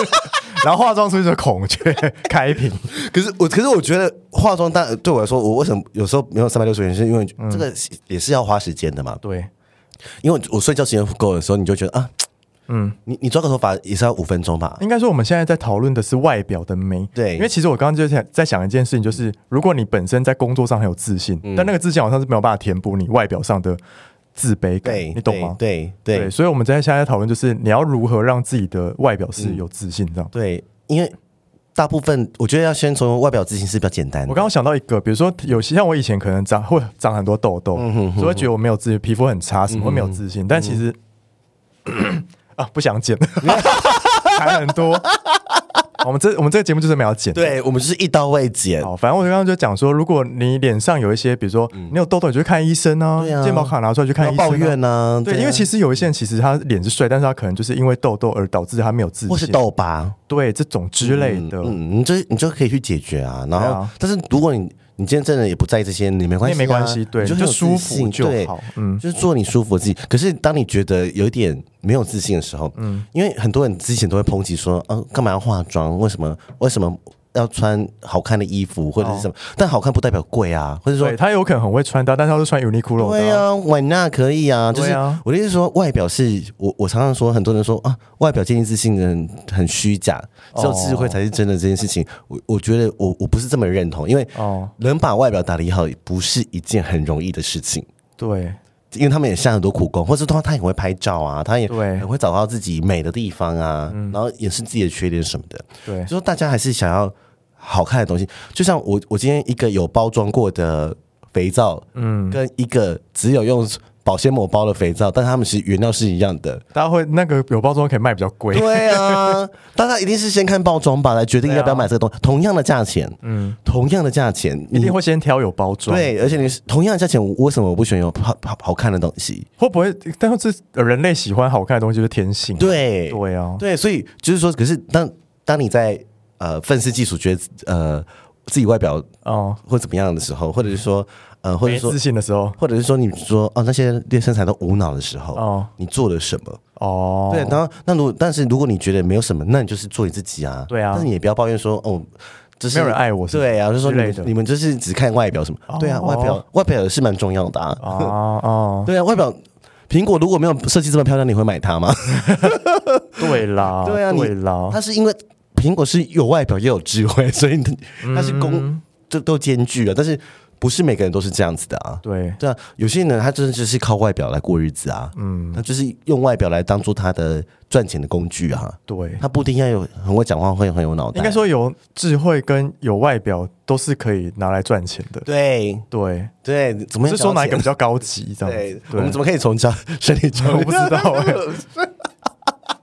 Speaker 1: 然后化妆出去就是孔雀开
Speaker 2: <laughs>
Speaker 1: 屏。
Speaker 2: <laughs> 可是我，可是我觉得化妆当对我来说，我为什么有时候没有三百六十元，是因为这个也是要花时间的嘛。
Speaker 1: 对，
Speaker 2: 因为我睡觉时间不够的时候，你就觉得啊，嗯，你你抓个头发也是要五分钟吧？
Speaker 1: 应该说我们现在在讨论的是外表的美。
Speaker 2: 对
Speaker 1: 因为其实我刚刚就在在想一件事情，就是如果你本身在工作上很有自信，
Speaker 2: 嗯
Speaker 1: 但那个自信好像是没有办法填补你外表上的自卑感
Speaker 2: 对，，
Speaker 1: 你懂吗？
Speaker 2: 对对对
Speaker 1: 所以我们在现在讨论就是你要如何让自己的外表是
Speaker 2: 嗯
Speaker 1: 有自信这样。
Speaker 2: 对，因为大部分我觉得要先从外表自信是比较简单的。
Speaker 1: 我刚刚想到一个，比如说有些像我以前可能长会长很多痘痘，
Speaker 2: 嗯
Speaker 1: 所以会觉得我没有自信，皮肤很差，什么会没有自信，但其实、
Speaker 2: 嗯
Speaker 1: <coughs> 啊不想剪， <laughs> 还很多。好我们这我们这个节目就是没有剪，
Speaker 2: 对我们就是一刀未剪，
Speaker 1: 好，反正我刚刚就讲说，如果你脸上有一些，比如说你有痘痘，你就去看医生啊，
Speaker 2: 嗯对啊
Speaker 1: 健保卡拿出来去看
Speaker 2: 要
Speaker 1: 医生、
Speaker 2: 抱怨。呢、啊。
Speaker 1: 对，因为其
Speaker 2: 实
Speaker 1: 实有一些人其实他脸是帅，但是他可能就是因为痘痘而导致他没有自信，
Speaker 2: 或是痘疤
Speaker 1: 对这种之类的，
Speaker 2: 嗯，你就你就可以去解决啊。然后，
Speaker 1: 对啊
Speaker 2: 但是如果你你今天真的也不在意这些，你没关系、啊，
Speaker 1: 你也没关系对
Speaker 2: 你就很
Speaker 1: 就
Speaker 2: 有
Speaker 1: 舒
Speaker 2: 自
Speaker 1: 服
Speaker 2: 信
Speaker 1: 就
Speaker 2: 对
Speaker 1: 好嗯
Speaker 2: 就是做你舒服的自己。可是当你觉得有一点没有自信的时候，嗯，因为很多人之前都会抨击说，啊，干嘛要化妆？为什么？为什么？要穿好看的衣服或者是什么，
Speaker 1: 哦
Speaker 2: 但好看不代表贵啊，或者说
Speaker 1: 对他有可能很会穿搭，但是他是穿 Uniqlo
Speaker 2: 对
Speaker 1: 的啊、
Speaker 2: 啊，晚娜可以啊，就是、
Speaker 1: 对啊
Speaker 2: 我的意思是说，外表是我我常常说，很多人说啊，外表建立自信的人很虚假，
Speaker 1: 哦
Speaker 2: 只有智慧才是真的这件事情，我我觉得我我不是这么认同，因为
Speaker 1: 哦，
Speaker 2: 能把外表打理好不是一件很容易的事情。
Speaker 1: 对，
Speaker 2: 因为他们也下很多苦功，或者说他也很会拍照啊，他也
Speaker 1: 对嗯
Speaker 2: 很会找到自己美的地方啊，然后掩饰自己的缺点什么的。
Speaker 1: 对
Speaker 2: 就说大家还是想要好看的东西，就像我我今天一个有包装过的肥皂，嗯，跟一个只有用保鲜膜包的肥皂，但它们是原料是一样
Speaker 1: <laughs>
Speaker 2: 的。
Speaker 1: 大家会那个有包装可以卖比较贵，
Speaker 2: 对啊，大家一定是先看包装吧，来决定要不要买这个东西。同样的价钱，嗯，同样的价钱，
Speaker 1: 啊一
Speaker 2: 你
Speaker 1: 定会先挑有包装。，
Speaker 2: 对，而且你是同样的价钱，我为什么我不选有好好好看的东西？
Speaker 1: 会不会？但是人类喜欢好看的东西就是天性。
Speaker 2: 对
Speaker 1: 对啊，
Speaker 2: 对，所以就是说，可是当当你在呃愤世嫉俗，觉得呃自己外表
Speaker 1: 哦，
Speaker 2: 或怎么样的时候，或者是说呃，或者
Speaker 1: 没
Speaker 2: 是说
Speaker 1: 自，信的时候，
Speaker 2: 或者是说你说哦那些练身材都无脑的时候，
Speaker 1: 哦
Speaker 2: 你做了什么？
Speaker 1: 哦，
Speaker 2: 对，然后那如果但是如果你觉得没有什么，那你就是做你自己啊。
Speaker 1: 对啊
Speaker 2: 但是你也不要抱怨说哦，就是
Speaker 1: 没有人爱我是不是
Speaker 2: 对啊，就说你
Speaker 1: 之类的
Speaker 2: 们你们就是只看外表什么？对啊，外表外表也是蛮重要的啊。
Speaker 1: 哦哦，
Speaker 2: 对啊，外表苹果如果没有设计这么漂亮，你会买它吗？
Speaker 1: 对啦，
Speaker 2: <laughs> 对啊，你
Speaker 1: 对啦，
Speaker 2: 它是因为苹果是有外表也有智慧，所以它它
Speaker 1: 嗯
Speaker 2: 是公这、都兼具啊。但是不是每个人都是这样子的啊？
Speaker 1: 对
Speaker 2: 对啊，有些人他真的就是靠外表来过日子啊，嗯，他就是用外表来当做他的赚钱的工具啊。
Speaker 1: 对，
Speaker 2: 他不一定要有很会讲话，会很有脑袋。
Speaker 1: 应该说有智慧跟有外表都是可以拿来赚钱的。
Speaker 2: 对
Speaker 1: 对，
Speaker 2: 对，怎么
Speaker 1: 是
Speaker 2: 样
Speaker 1: 说哪一个比
Speaker 2: 讲
Speaker 1: 较高级这
Speaker 2: 到
Speaker 1: 样
Speaker 2: 钱？
Speaker 1: 子？
Speaker 2: 对，我们怎
Speaker 1: 么
Speaker 2: 么可以从教身体 <laughs> 教
Speaker 1: 我不知道欸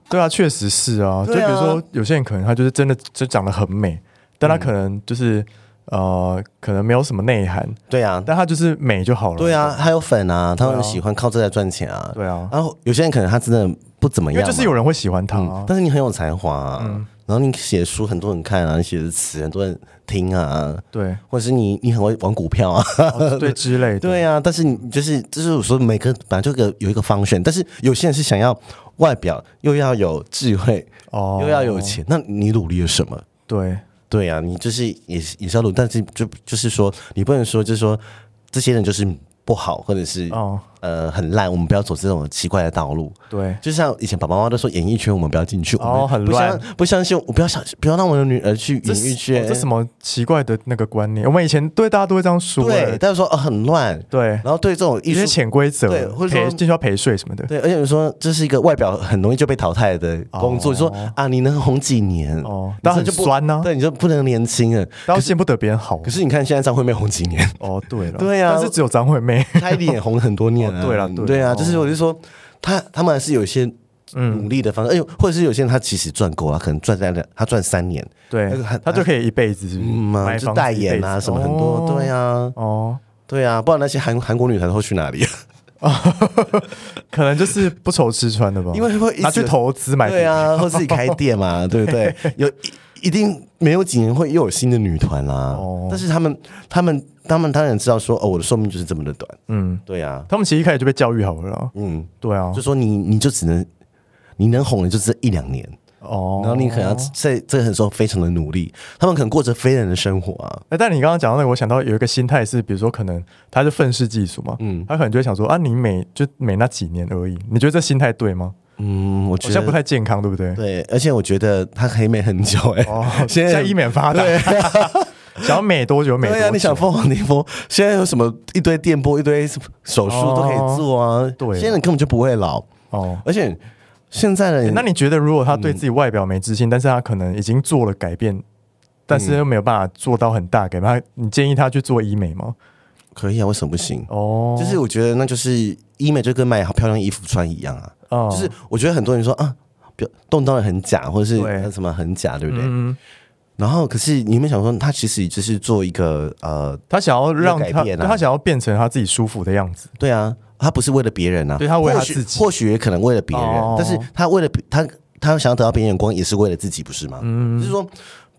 Speaker 1: 对啊，确实是啊。就
Speaker 2: 对
Speaker 1: 比
Speaker 2: 啊
Speaker 1: 如说有些人可能他就是真的就长得很美，但
Speaker 2: 嗯
Speaker 1: 他可能就是呃，可能没有什么内涵，
Speaker 2: 对啊，
Speaker 1: 但他就是美就好了。
Speaker 2: 对啊，还有粉啊，他
Speaker 1: 对啊
Speaker 2: 们喜欢靠这来赚钱啊。
Speaker 1: 对啊
Speaker 2: 然后有些人可能他真的不怎么
Speaker 1: 因为
Speaker 2: 样嘛，
Speaker 1: 就是有人会喜欢他啊
Speaker 2: 嗯，。但是你很有才华啊、然后你写书很多人看啊，你写的词很多人听啊，
Speaker 1: 对，
Speaker 2: 或者是你你很会玩股票啊，
Speaker 1: 哦对之类的，
Speaker 2: <laughs> 对啊，但是你就是就是我说每个本来就有个有一个方选，但是有些人是想要外表又要有智慧，
Speaker 1: 哦
Speaker 2: 又要有钱，那你努力了什么？
Speaker 1: 对，
Speaker 2: 对啊，你就是也是也是要努力，但是就就是说你不能说就是说这些人就是不好，或者是、
Speaker 1: 哦
Speaker 2: 呃很烂，我们不要走这种奇怪的道路。
Speaker 1: 对，
Speaker 2: 就像以前爸爸妈妈都说演艺圈我们不要进去，
Speaker 1: 哦
Speaker 2: 我们
Speaker 1: 很
Speaker 2: 不
Speaker 1: 乱
Speaker 2: 相不相信，我不要想不要让我的女儿去
Speaker 1: 这
Speaker 2: 演艺
Speaker 1: 是
Speaker 2: 圈，
Speaker 1: 哦这什么奇怪的那个观念？我们以前对大家都会这样说，
Speaker 2: 对，大家说哦很乱，
Speaker 1: 对，
Speaker 2: 然后对这种
Speaker 1: 一
Speaker 2: 艺
Speaker 1: 些
Speaker 2: 术，
Speaker 1: 潜规则，
Speaker 2: 对或者
Speaker 1: 赔
Speaker 2: 说
Speaker 1: 进去要赔税什么的，
Speaker 2: 对，而且你说这是一个外表很容易就被淘汰的工作，你说啊你能红几年？
Speaker 1: 哦
Speaker 2: 你
Speaker 1: 当
Speaker 2: 这
Speaker 1: 然
Speaker 2: 就
Speaker 1: 很
Speaker 2: 不
Speaker 1: 酸啊
Speaker 2: 对，你就不能年轻了。
Speaker 1: 大家见不得别人好
Speaker 2: 可。是你看现在张惠妹红几年，
Speaker 1: 哦，对了，
Speaker 2: 对啊
Speaker 1: 但是只有张惠妹，
Speaker 2: 她一定也红很多年了、
Speaker 1: 哦对啦对啦
Speaker 2: 对啊，
Speaker 1: 哦嗯
Speaker 2: 就是我就说她他们还是有一些。努力的方式，哎呦，或者是有些人他其实赚够啊，可能赚在两，他赚三年，
Speaker 1: 对
Speaker 2: 那个还，
Speaker 1: 她就可以一辈子，是不是
Speaker 2: 嗯啊，
Speaker 1: 买
Speaker 2: 就
Speaker 1: 房
Speaker 2: 代
Speaker 1: 子一辈
Speaker 2: 言
Speaker 1: 子
Speaker 2: 啊，什么很多，对，啊，
Speaker 1: 哦，
Speaker 2: 对啊，不然那些韩韩国女团都去哪里？啊
Speaker 1: 可能就是不愁吃穿的吧，
Speaker 2: <laughs> 因为会一直
Speaker 1: 哦拿去投资买，
Speaker 2: 对，啊，或自己开店嘛，对不对？
Speaker 1: <laughs>
Speaker 2: 有一一定没有几年会又有新的女团啦
Speaker 1: 哦，
Speaker 2: 但是他们他们他们当然知道说，哦，我的寿命就是这么的短，
Speaker 1: 嗯，
Speaker 2: 对啊，
Speaker 1: 他们其实一开始就被教育好了啦，
Speaker 2: 嗯，
Speaker 1: 对啊
Speaker 2: 就，说你你就只能你能红的就这一两年，
Speaker 1: 哦，
Speaker 2: 然后你可能要在这个时候非常的努力，他们可能过着非人的生活啊，
Speaker 1: 哎，但你刚刚讲到那个，我想到有一个心态是，比如说可能他是愤世嫉俗嘛，嗯，他可能就会想说啊，你每就每那几年而已，你觉得这心态对吗？
Speaker 2: 嗯，我
Speaker 1: 好
Speaker 2: 觉
Speaker 1: 像不
Speaker 2: 得
Speaker 1: 太健康，对不对？
Speaker 2: 对，而且我觉得他黑妹很久哎、
Speaker 1: 哦，
Speaker 2: <laughs> 现
Speaker 1: 现
Speaker 2: 在
Speaker 1: 在医美发达， <laughs> 想要美多久美多
Speaker 2: 对
Speaker 1: 久？
Speaker 2: 啊，你想凤凰凌风，现在有什么一堆电波、一堆什么手术都可以做啊。
Speaker 1: 哦对
Speaker 2: 现在人根本就不会老，
Speaker 1: 哦。
Speaker 2: 而且现在的人，
Speaker 1: 那你觉得，如果他对自己外表没自信，但是他可能已经做了改变，但是又没有办法做到很大改变，他你建议他去做医美吗？
Speaker 2: 可以啊，为什么不行？
Speaker 1: 哦，
Speaker 2: 嗯就是我觉得那就是医美就跟买好漂亮衣服穿一样啊。
Speaker 1: 哦
Speaker 2: 就是我觉得很多人说啊，不要动刀也很假，或者是
Speaker 1: 对
Speaker 2: 呃什么很假，对不对？
Speaker 1: 嗯，
Speaker 2: 然后可是你有没有想说，他其实就是做一个呃，
Speaker 1: 他想要让
Speaker 2: 有
Speaker 1: 他
Speaker 2: 改变啊
Speaker 1: 他想要变成他自己舒服的样子，
Speaker 2: 对啊，他不是为了别人啊，
Speaker 1: 对他为了
Speaker 2: 或许
Speaker 1: 他自己
Speaker 2: 或许也可能为了别人，
Speaker 1: 哦
Speaker 2: 但是他为了别他他想要得到别人眼光，也是为了自己，不是吗？
Speaker 1: 嗯
Speaker 2: 就是说，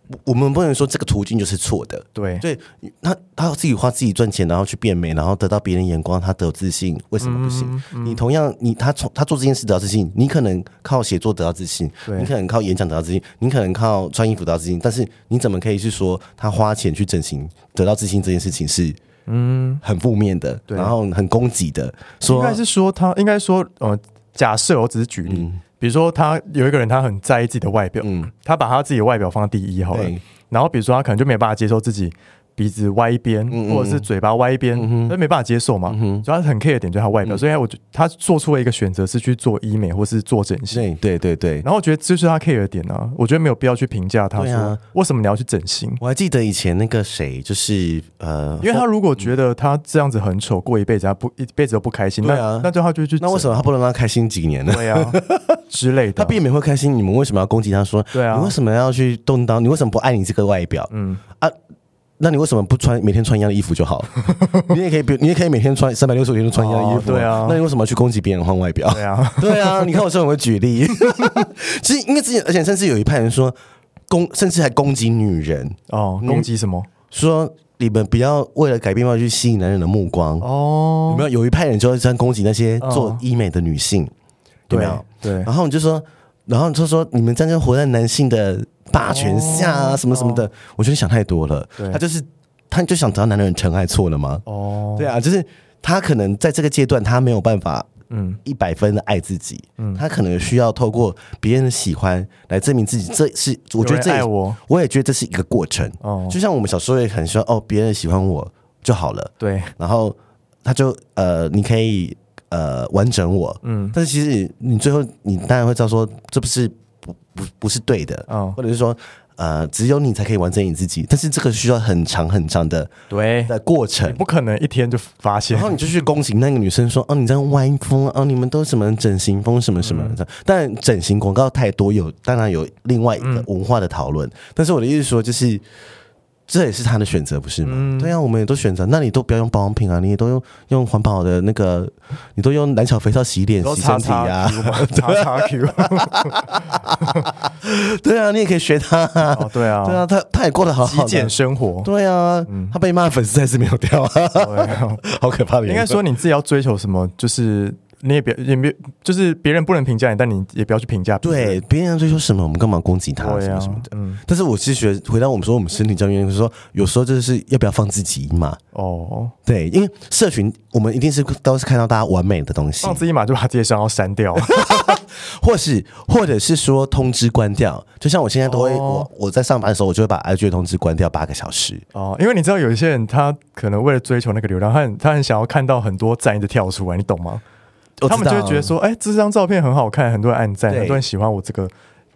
Speaker 2: 我我们不能说这个途径就是错的。
Speaker 1: 对，
Speaker 2: 对，他他自己花自己赚钱，然后去变美，然后得到别人眼光，他得有自信，为什么不
Speaker 1: 嗯
Speaker 2: 行？你同样，你他从他做这件事得到自信，你可能靠写作得到自信，
Speaker 1: 对
Speaker 2: 你可能靠演讲得到自信，你可能靠穿衣服得到自信，但是你怎么可以去说他花钱去整形得到自信这件事情是嗯很负面的，
Speaker 1: 对
Speaker 2: 然后很攻击的，说
Speaker 1: 应该是说他应该说呃，假设我只是举例，
Speaker 2: 嗯
Speaker 1: 比如说他有一个人他很在意自己的外表，他把他自己的外表放在第一好了
Speaker 2: 对，
Speaker 1: 然后比如说他可能就没办法接受自己。鼻子歪一边，
Speaker 2: 嗯
Speaker 1: 或者是嘴巴歪一边，他没办法接受嘛，所以他很 care 的点就是他外表，
Speaker 2: 嗯
Speaker 1: 所以我就他做出了一个选择是去做医美或是做整形，
Speaker 2: 对对对对，
Speaker 1: 然后我觉得这就是他 care 的点啊，我觉得没有必要去评价他
Speaker 2: 对
Speaker 1: 说、
Speaker 2: 啊
Speaker 1: 为什么你要去整形，
Speaker 2: 我还记得以前那个谁，就是呃，
Speaker 1: 因为他如果觉得他这样子很丑，过一辈子他不一辈子都不开心，
Speaker 2: 对啊
Speaker 1: 那那就他就去
Speaker 2: 那为什
Speaker 1: 么
Speaker 2: 么他不能让他开心几年呢？ <laughs>
Speaker 1: 对啊之类的
Speaker 2: 他
Speaker 1: 啊，
Speaker 2: 避免会开心，你们为什么要攻击他说？
Speaker 1: 对啊
Speaker 2: 你为什么要去动刀？你为什么不爱你这个外表？嗯啊，那你为什么不穿每天穿一样的衣服
Speaker 1: <laughs>
Speaker 2: 就好？你也可以，比你也可以每天穿三百六十五天都穿一样的衣服、
Speaker 1: 哦对啊
Speaker 2: 那你为什么要去攻击别人换外表？
Speaker 1: <laughs> 对
Speaker 2: <laughs>
Speaker 1: 啊，
Speaker 2: 对啊，你看我这种会举例， <laughs> 其实因为之前，而且甚至有一派人说攻，甚至还攻击女人，
Speaker 1: 哦，攻击什么？
Speaker 2: 说你们不要为了改变外貌去吸引男人的目光。有
Speaker 1: 哦，
Speaker 2: 没有？有一派人就会这样攻击那些
Speaker 1: 哦
Speaker 2: 做医美的女性，有没有？啊
Speaker 1: 对，
Speaker 2: 然后你就说，然后就说你们这样就活在男性的霸权下啊，什么什么的。我觉得你想太多了
Speaker 1: 哦对，
Speaker 2: 他就是他就想得到男人的疼爱，错了吗？
Speaker 1: 哦，
Speaker 2: 对啊，就是他可能在这个阶段他没有办法。
Speaker 1: 嗯，
Speaker 2: 一百分的爱自己，他可能需要透过别人的喜欢来证明自己。这是我觉得这
Speaker 1: 有人爱
Speaker 2: 也
Speaker 1: 我，
Speaker 2: 我也觉得这是一个过程。
Speaker 1: 哦
Speaker 2: 就像我们小时候也很希望哦，别人喜欢我就好了。
Speaker 1: 对，
Speaker 2: 然后他就呃，你可以呃完整我，嗯，但是其实你最后你当然会知道说这不是不不不是对的，
Speaker 1: 哦
Speaker 2: 或者是说呃只有你才可以完整你自己，但是这个需要很长很长的
Speaker 1: 对，
Speaker 2: 的过程。
Speaker 1: 不可能一天就发现
Speaker 2: 然，后你就去攻击那个女生说：“哦，你这样歪风哦，你们都什么整形风什么什么
Speaker 1: 嗯
Speaker 2: 的。但整形
Speaker 1: 嗯
Speaker 2: 广告太多，有当然有另外一个文化的讨论。但是我的意思说，就是这也是他的选择，不是吗？
Speaker 1: 嗯
Speaker 2: 对啊，我们也都选择，那你都不要用保养品啊，你也都用用环保的那个，你都用蓝巧肥皂洗脸、
Speaker 1: 然后
Speaker 2: 洗
Speaker 1: 叉
Speaker 2: 身体
Speaker 1: 叉
Speaker 2: 啊，
Speaker 1: Q 嘛，叉叉 Q，
Speaker 2: <laughs> 对啊，你也可以学他、啊
Speaker 1: 哦，对啊，
Speaker 2: 对啊，，他他也过得好
Speaker 1: 极
Speaker 2: 好的
Speaker 1: 简，嗯生活，
Speaker 2: 对啊，他被骂的粉丝还是没有掉啊， <laughs> 好可怕的言论，
Speaker 1: 应该说你自己要追求什么，就是你也别也别，就是别人不能评价你，但你也不要去评价别
Speaker 2: 对
Speaker 1: 人，
Speaker 2: 别人追求什么，我们干嘛攻击他
Speaker 1: 对
Speaker 2: 什
Speaker 1: 啊
Speaker 2: 么什么的？，
Speaker 1: 嗯，
Speaker 2: 但是我是觉得，回到我们说我们身体教育，就是说有时候就是要不要放自己一马。
Speaker 1: 哦，
Speaker 2: 对，因为社群我们一定是都是看到大家完美的东西
Speaker 1: 上，次一码就把这些账号删掉，
Speaker 2: 或是或者是说通知关掉。就像我现在都会，
Speaker 1: 哦
Speaker 2: 我我在上班的时候，我就会把 IG 的通知关掉八个小时。
Speaker 1: 哦，因为你知道有一些人，他可能为了追求那个流量，他很他很想要看到很多赞的跳出来，你懂吗？
Speaker 2: 我
Speaker 1: 他们
Speaker 2: 哦知
Speaker 1: 就
Speaker 2: 道
Speaker 1: 会觉得说，哎、这张照片很好看，很多人按赞，
Speaker 2: 对
Speaker 1: 很多人喜欢我这个